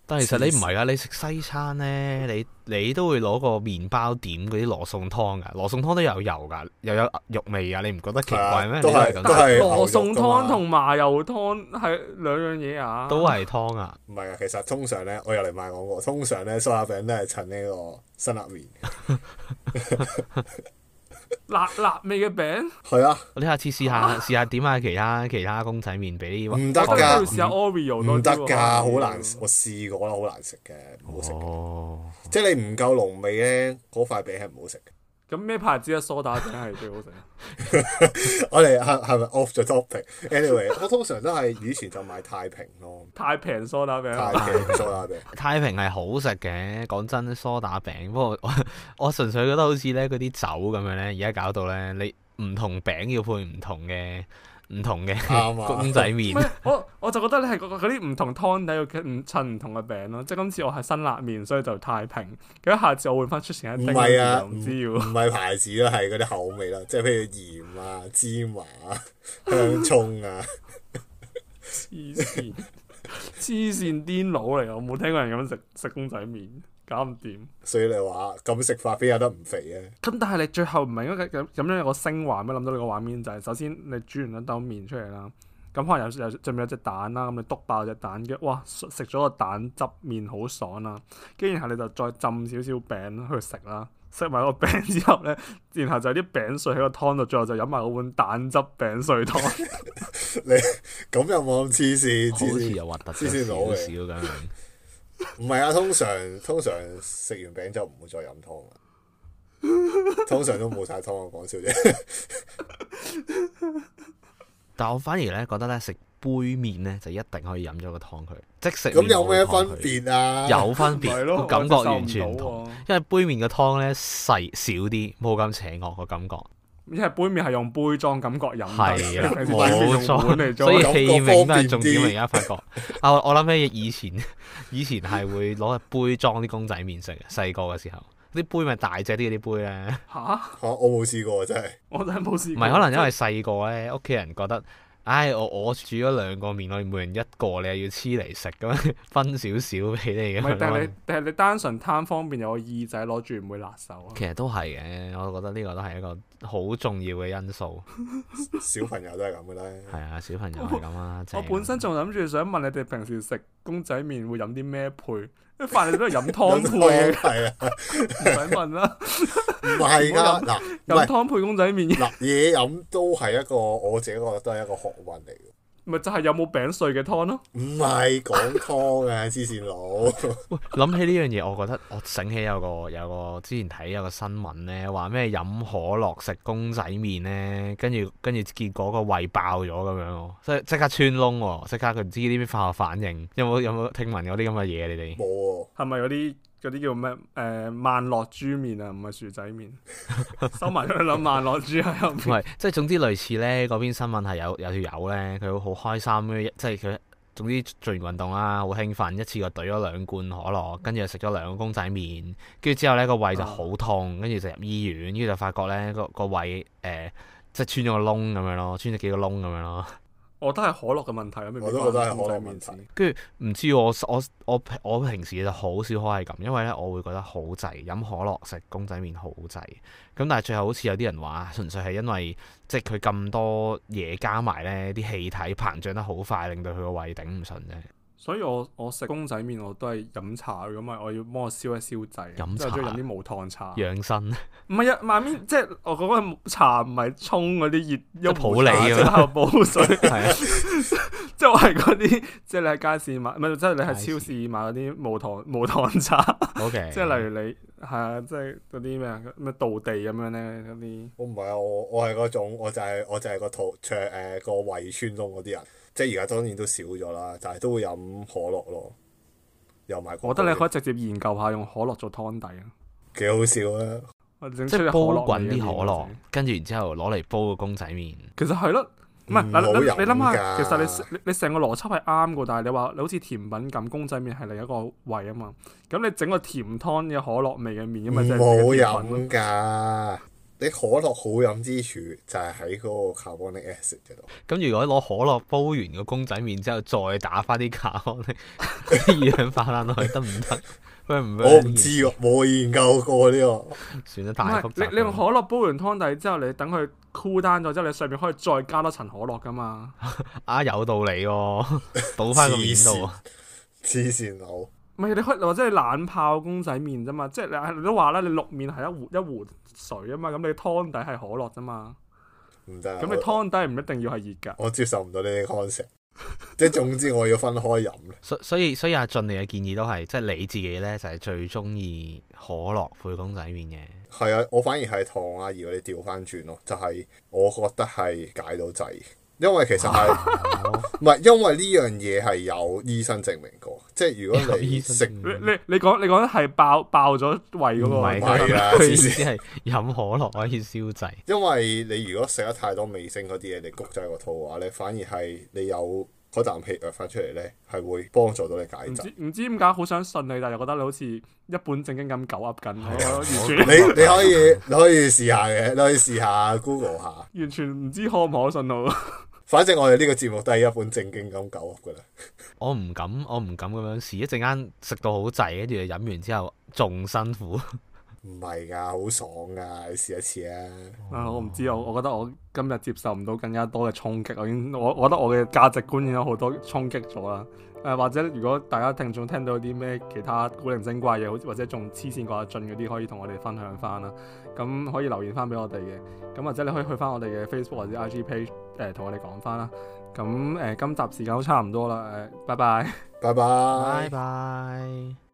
[SPEAKER 3] 但其實你
[SPEAKER 2] 黐
[SPEAKER 3] 唔係啊，你食西餐呢，你你都會攞個麵包點嗰啲羅宋湯噶，羅宋湯都有油噶，又有肉味啊，你唔覺得奇怪
[SPEAKER 2] 係
[SPEAKER 3] 咩？
[SPEAKER 2] 啊都係
[SPEAKER 3] 你
[SPEAKER 2] 都
[SPEAKER 3] 係咁食
[SPEAKER 2] 係
[SPEAKER 1] 羅宋
[SPEAKER 2] 牛肉㗎嘛
[SPEAKER 1] 湯同麻油湯係兩樣嘢啊。
[SPEAKER 3] 都係湯啊！
[SPEAKER 2] 唔係啊，其實通常咧，我又嚟賣廣告。通常咧，梳打餅都係襯呢個辛辣麵。
[SPEAKER 1] 辣辣味嘅餅，
[SPEAKER 2] 係啊，
[SPEAKER 3] 你下次試下試下點下其他其他公仔麵俾啲
[SPEAKER 2] 唔得
[SPEAKER 1] 我覺得
[SPEAKER 2] 㗎
[SPEAKER 1] 要試下 Oreo 多
[SPEAKER 2] 唔
[SPEAKER 1] 啲
[SPEAKER 2] 得
[SPEAKER 1] 喎
[SPEAKER 2] 㗎，好難。我試過啦，好難食嘅，唔好食嘅。
[SPEAKER 3] 哦，
[SPEAKER 2] 即係你唔夠濃味咧，嗰塊餅係唔好食嘅。
[SPEAKER 1] 咁咩牌子嘅梳打餅係最好食啊？
[SPEAKER 2] 我哋係係咪 off 咗 topic？Anyway，我通常都係以前就買太平咯，
[SPEAKER 1] 太平梳打餅
[SPEAKER 2] 太
[SPEAKER 1] 啊，
[SPEAKER 2] 平蘇打 餅。
[SPEAKER 3] 太平係好食嘅，講真梳打餅。不過 我我純粹覺得好似咧嗰啲酒咁樣咧，而家搞到咧你唔同餅要配唔同嘅唔同嘅
[SPEAKER 2] 啱啊
[SPEAKER 3] 公仔
[SPEAKER 1] 唔係
[SPEAKER 3] 麵。
[SPEAKER 1] 我我就覺得你係嗰嗰啲唔同湯底要唔襯唔同嘅餅咯，即係今次我係辛辣麵，所以就太平。咁下次我換翻出前一
[SPEAKER 2] 唔
[SPEAKER 1] 丁，
[SPEAKER 2] 係啊，
[SPEAKER 1] 就
[SPEAKER 2] 唔
[SPEAKER 1] 唔知要。
[SPEAKER 2] 唔係牌子啦，係嗰啲口味啦，即係譬如鹽啊、芝麻啊、香葱 啊，
[SPEAKER 1] 黐線，黐線癲佬嚟㗎！我冇聽過人咁食 食公仔麵，搞唔掂。
[SPEAKER 2] 所以你話咁食法邊有得唔肥啊？
[SPEAKER 1] 咁但係你最後唔係應該咁咁樣有個升華咩？諗到你個畫面就係、首先你煮完一兜麵出嚟啦，咁可能有有上面有隻蛋啦，咁你篤爆隻蛋嘅，哇食食咗個蛋汁麵好爽啦，跟住然後你就再浸少少餅去食啦。食埋個餅之後咧，然後就啲餅碎喺個湯度，最後就飲埋嗰碗蛋汁餅碎湯。
[SPEAKER 2] 你咁又冇咁黐線，
[SPEAKER 3] 好
[SPEAKER 2] 黐
[SPEAKER 3] 似
[SPEAKER 2] 線
[SPEAKER 3] 又核突
[SPEAKER 2] 黐線
[SPEAKER 3] 咗
[SPEAKER 2] 佬
[SPEAKER 3] 少
[SPEAKER 2] 嚟
[SPEAKER 3] 少咁樣，
[SPEAKER 2] 唔係啊，通常通常食完餅就唔會再飲湯 啦，通常都冇晒湯，我講笑啫。
[SPEAKER 3] 但我反而咧覺得咧食杯麵咧就一定可以飲咗個湯佢，即食
[SPEAKER 2] 咁
[SPEAKER 3] 麵
[SPEAKER 2] 有咩
[SPEAKER 3] 冇
[SPEAKER 2] 分
[SPEAKER 3] 個湯佢？
[SPEAKER 2] 別啊？
[SPEAKER 3] 有分
[SPEAKER 1] 係
[SPEAKER 3] 別，
[SPEAKER 1] 咯
[SPEAKER 3] 個感覺
[SPEAKER 1] 我就
[SPEAKER 3] 完全唔
[SPEAKER 1] 受唔
[SPEAKER 3] 同。
[SPEAKER 1] 到喎
[SPEAKER 3] 因為杯麵嘅湯咧細少啲，冇咁邪惡個感覺。
[SPEAKER 1] 因為杯麵係用杯裝感覺 飲得嘅，
[SPEAKER 3] 係啦，
[SPEAKER 1] 平時杯麵
[SPEAKER 3] 冇
[SPEAKER 1] 用碗嚟
[SPEAKER 3] 錯，
[SPEAKER 1] 裝
[SPEAKER 3] 所以氣味都係重
[SPEAKER 2] 感覺
[SPEAKER 3] 點。
[SPEAKER 2] 方便啲
[SPEAKER 3] 而家發覺，啊，我我諗起以前， 以前係會攞杯裝啲公仔麵食嘅，細個嘅時候，啲杯咪大隻啲嗰啲杯咧，
[SPEAKER 1] 吓，
[SPEAKER 2] 嚇我冇試過真係，
[SPEAKER 1] 我真係冇試
[SPEAKER 3] 唔
[SPEAKER 1] 過。
[SPEAKER 3] 係可能因為細個咧，屋企人覺得，唉，我我煮咗兩個麵，我哋每人一個，你又要黐嚟食咁樣， 分少少俾你
[SPEAKER 1] 唔
[SPEAKER 3] 咁
[SPEAKER 1] 係，
[SPEAKER 3] 樣
[SPEAKER 1] 但係
[SPEAKER 3] 咯
[SPEAKER 1] 你。但係你單純貪方便有個耳仔攞住唔會辣手啊！
[SPEAKER 3] 其實都係嘅，我覺得呢個都係一個好重要嘅因素。
[SPEAKER 2] 小朋友都係咁嘅啦。
[SPEAKER 3] 係啊，小朋友係咁啊，
[SPEAKER 1] 我
[SPEAKER 3] 正
[SPEAKER 1] 本身仲諗住想問你哋平時食公仔麵會飲啲咩配？啲飯你都係飲湯配嘅，
[SPEAKER 2] 飲 湯係啊，
[SPEAKER 1] 唔使問啦。
[SPEAKER 2] 唔係
[SPEAKER 1] 唔好
[SPEAKER 2] 㗎
[SPEAKER 1] 飲
[SPEAKER 2] 嗱，唔
[SPEAKER 1] 飲
[SPEAKER 2] 係
[SPEAKER 1] 湯配公仔麵，
[SPEAKER 2] 嗱嘢飲都係一個我自己覺得都係一個學問嚟嘅。
[SPEAKER 1] 咪就係有冇餅碎嘅湯咯？
[SPEAKER 2] 唔係講湯啊，黐線佬，
[SPEAKER 3] 喂，諗起呢樣嘢，我覺得我醒起有個有個之前睇有個新聞咧，話咩飲可樂食公仔麵咧，跟住跟住結果個胃爆咗咁樣喎，即即刻穿窿喎，即刻佢唔知呢啲化學反應，有冇有冇聽聞嗰啲咁嘅嘢？你哋
[SPEAKER 2] 冇喎。
[SPEAKER 1] 係咪嗰啲嗰啲叫咩？誒、萬樂豬麵啊，唔係薯仔 麵，收埋咗兩萬樂豬喺入
[SPEAKER 3] 唔
[SPEAKER 1] 面。
[SPEAKER 3] 係即係總之類似咧，嗰邊新聞係有有條友咧，佢好開心咁樣即係佢。總之做完運動啦，好興奮，一次過懟咗兩罐可樂，跟住又食咗兩個公仔麵，跟住之後呢個胃就好痛，跟住就入醫院，跟住就發覺呢個個胃誒、呃即係穿咗個窿咁樣咯，穿咗幾個窿咁樣咯。
[SPEAKER 1] 我覺得係可樂嘅問題咯，啊明明
[SPEAKER 2] 我都覺得係
[SPEAKER 1] 關公仔
[SPEAKER 2] 可樂
[SPEAKER 1] 麵
[SPEAKER 2] 問題
[SPEAKER 1] 事
[SPEAKER 3] 跟住唔知我我我我平時就好少可係咁，因為呢我會覺得好滯，飲可樂食公仔麵好滯。咁但係最後好似有啲人話，純粹係因為即係佢咁多嘢加埋呢啲氣體膨脹得好快，令到佢個胃頂唔順啫。
[SPEAKER 1] 所以我我食公仔麵我都係飲茶㗎嘛，我要幫我消一消滯，
[SPEAKER 3] 飲
[SPEAKER 1] 即係中意
[SPEAKER 3] 茶
[SPEAKER 1] 飲啲無糖茶。
[SPEAKER 3] 養生。
[SPEAKER 1] 唔係啊，萬面即係我講嘅茶唔係沖嗰啲熱
[SPEAKER 3] 係普洱
[SPEAKER 1] 咁
[SPEAKER 3] 咁樣
[SPEAKER 1] 樣補水，
[SPEAKER 3] 係啊，
[SPEAKER 1] 即係我係嗰啲即係你喺街市買，唔係即係你喺
[SPEAKER 3] 街市
[SPEAKER 1] 超市買嗰啲無糖無糖茶，
[SPEAKER 3] O K，
[SPEAKER 1] 即係例如你係啊，即係嗰啲咩啊咩道地咁樣咧嗰啲，
[SPEAKER 2] 我唔係啊，我我係嗰種，我就係、我就係個肚腸誒個胃穿窿嗰啲人，即係而家當然都少咗啦，但係都會飲可樂咯，又埋
[SPEAKER 1] 我覺得你可以直接研究下用可樂做湯底啊，
[SPEAKER 2] 幾好笑啊！
[SPEAKER 1] 或者整
[SPEAKER 3] 即
[SPEAKER 1] 出
[SPEAKER 3] 係
[SPEAKER 1] 啲
[SPEAKER 3] 煲
[SPEAKER 1] 可樂
[SPEAKER 3] 滾
[SPEAKER 1] 味嘅
[SPEAKER 3] 啲
[SPEAKER 1] 麵
[SPEAKER 3] 可
[SPEAKER 1] 或
[SPEAKER 3] 樂
[SPEAKER 1] 者，
[SPEAKER 3] 跟住然之後攞嚟煲個公仔麵。
[SPEAKER 1] 其實係咯。唔
[SPEAKER 2] 唔
[SPEAKER 1] 係嗱，
[SPEAKER 2] 嗯好
[SPEAKER 1] 你
[SPEAKER 2] 飲
[SPEAKER 1] 你諗下，
[SPEAKER 2] 㗎
[SPEAKER 1] 其實你你你成個邏輯係啱嘅，但係你話你好似甜品咁，公仔麵係另一個胃啊嘛。咁你整個甜湯嘅可樂味嘅麵，咁
[SPEAKER 2] 唔
[SPEAKER 1] 啊咪即係
[SPEAKER 2] 嗯
[SPEAKER 1] 整個甜
[SPEAKER 2] 好
[SPEAKER 1] 品咯
[SPEAKER 2] 飲㗎，你可樂好飲之處就係喺嗰個 carbonic acid 嗰度。
[SPEAKER 3] 咁如果攞可樂煲完個公仔麵之後，再打翻啲卡 咧，啲二氧化碳落去得唔得？ 喂唔
[SPEAKER 2] 我唔知，喎，冇研究過呢、個。
[SPEAKER 3] 算得
[SPEAKER 1] 唔
[SPEAKER 3] 太
[SPEAKER 1] 係
[SPEAKER 3] 複
[SPEAKER 1] 你
[SPEAKER 3] 雜。
[SPEAKER 1] 你用可樂煲完湯底之後，你等佢 cool down 咗之後，你上面可以再加多層可樂噶嘛？
[SPEAKER 3] 啊有道理 喎，倒翻個面度啊。
[SPEAKER 2] 黐線佬，
[SPEAKER 1] 唔係你可以或者你冷泡公仔麵啫嘛，即係你你都話啦，你淥麵係一壺一壺水啊嘛，咁你湯底係可樂啫嘛，
[SPEAKER 2] 唔得啊。
[SPEAKER 1] 咁你
[SPEAKER 2] 我
[SPEAKER 1] 湯底唔一定要係熱㗎。
[SPEAKER 2] 我接受唔到呢啲 concept。 即係總之我要分開飲。
[SPEAKER 3] 所所以所以阿俊你嘅建議都係，即係你自己呢，就係、最中意可樂配公仔麵嘅。
[SPEAKER 2] 係啊，我反而係同阿怡我哋調翻轉咯，就係、我覺得係解到滯，因為其實係 唔係因為呢樣嘢係有醫生證明過，即係 如果
[SPEAKER 3] 有醫
[SPEAKER 2] 你
[SPEAKER 3] 生
[SPEAKER 2] 食
[SPEAKER 3] 證
[SPEAKER 1] 你你你講你講得係爆爆咗胃嗰
[SPEAKER 3] 唔
[SPEAKER 1] 個
[SPEAKER 3] 係
[SPEAKER 2] 唔係啊
[SPEAKER 3] 佢
[SPEAKER 2] 黐
[SPEAKER 3] 意
[SPEAKER 2] 線
[SPEAKER 3] 思係飲可樂可以消滯。
[SPEAKER 2] 因為你如果食得太多味精嗰啲嘢，你谷咗喺個肚嘅話咧，反而係你有嗰啖氣藥翻出嚟咧，係會幫助到你解
[SPEAKER 1] 唔
[SPEAKER 2] 滯。
[SPEAKER 1] 知唔知點解好想信你，但係又覺得你好似一本正經咁狗噏緊，我完全
[SPEAKER 2] 你你可以你可以試下嘅，你可以試下 Google 下。
[SPEAKER 1] 完全唔知可唔可信到。
[SPEAKER 2] 反正我哋呢個節目都係一本正經咁狗噏噶啦。
[SPEAKER 3] 我唔敢，我唔敢咁樣試。一陣間食到好滯，跟住飲完之後仲辛苦。
[SPEAKER 2] 唔係㗎，好爽㗎，你試一次啊！
[SPEAKER 1] 啊，我唔知我我覺得我今日接受唔到更加多嘅衝擊，我已經我我覺得我嘅價值觀已經有好多衝擊咗啦。誒、或者如果大家聽眾聽到啲咩其他古靈精怪嘢，好似或者仲黐線過阿俊嗰啲，可以同我哋分享翻啦。咁可以留言翻俾我哋嘅，咁或者你可以去翻我哋嘅 Facebook 或者 IG page 誒、同我哋講翻啦。咁誒、今集時間都差唔多啦，誒、拜拜。
[SPEAKER 2] 拜拜。
[SPEAKER 3] 拜。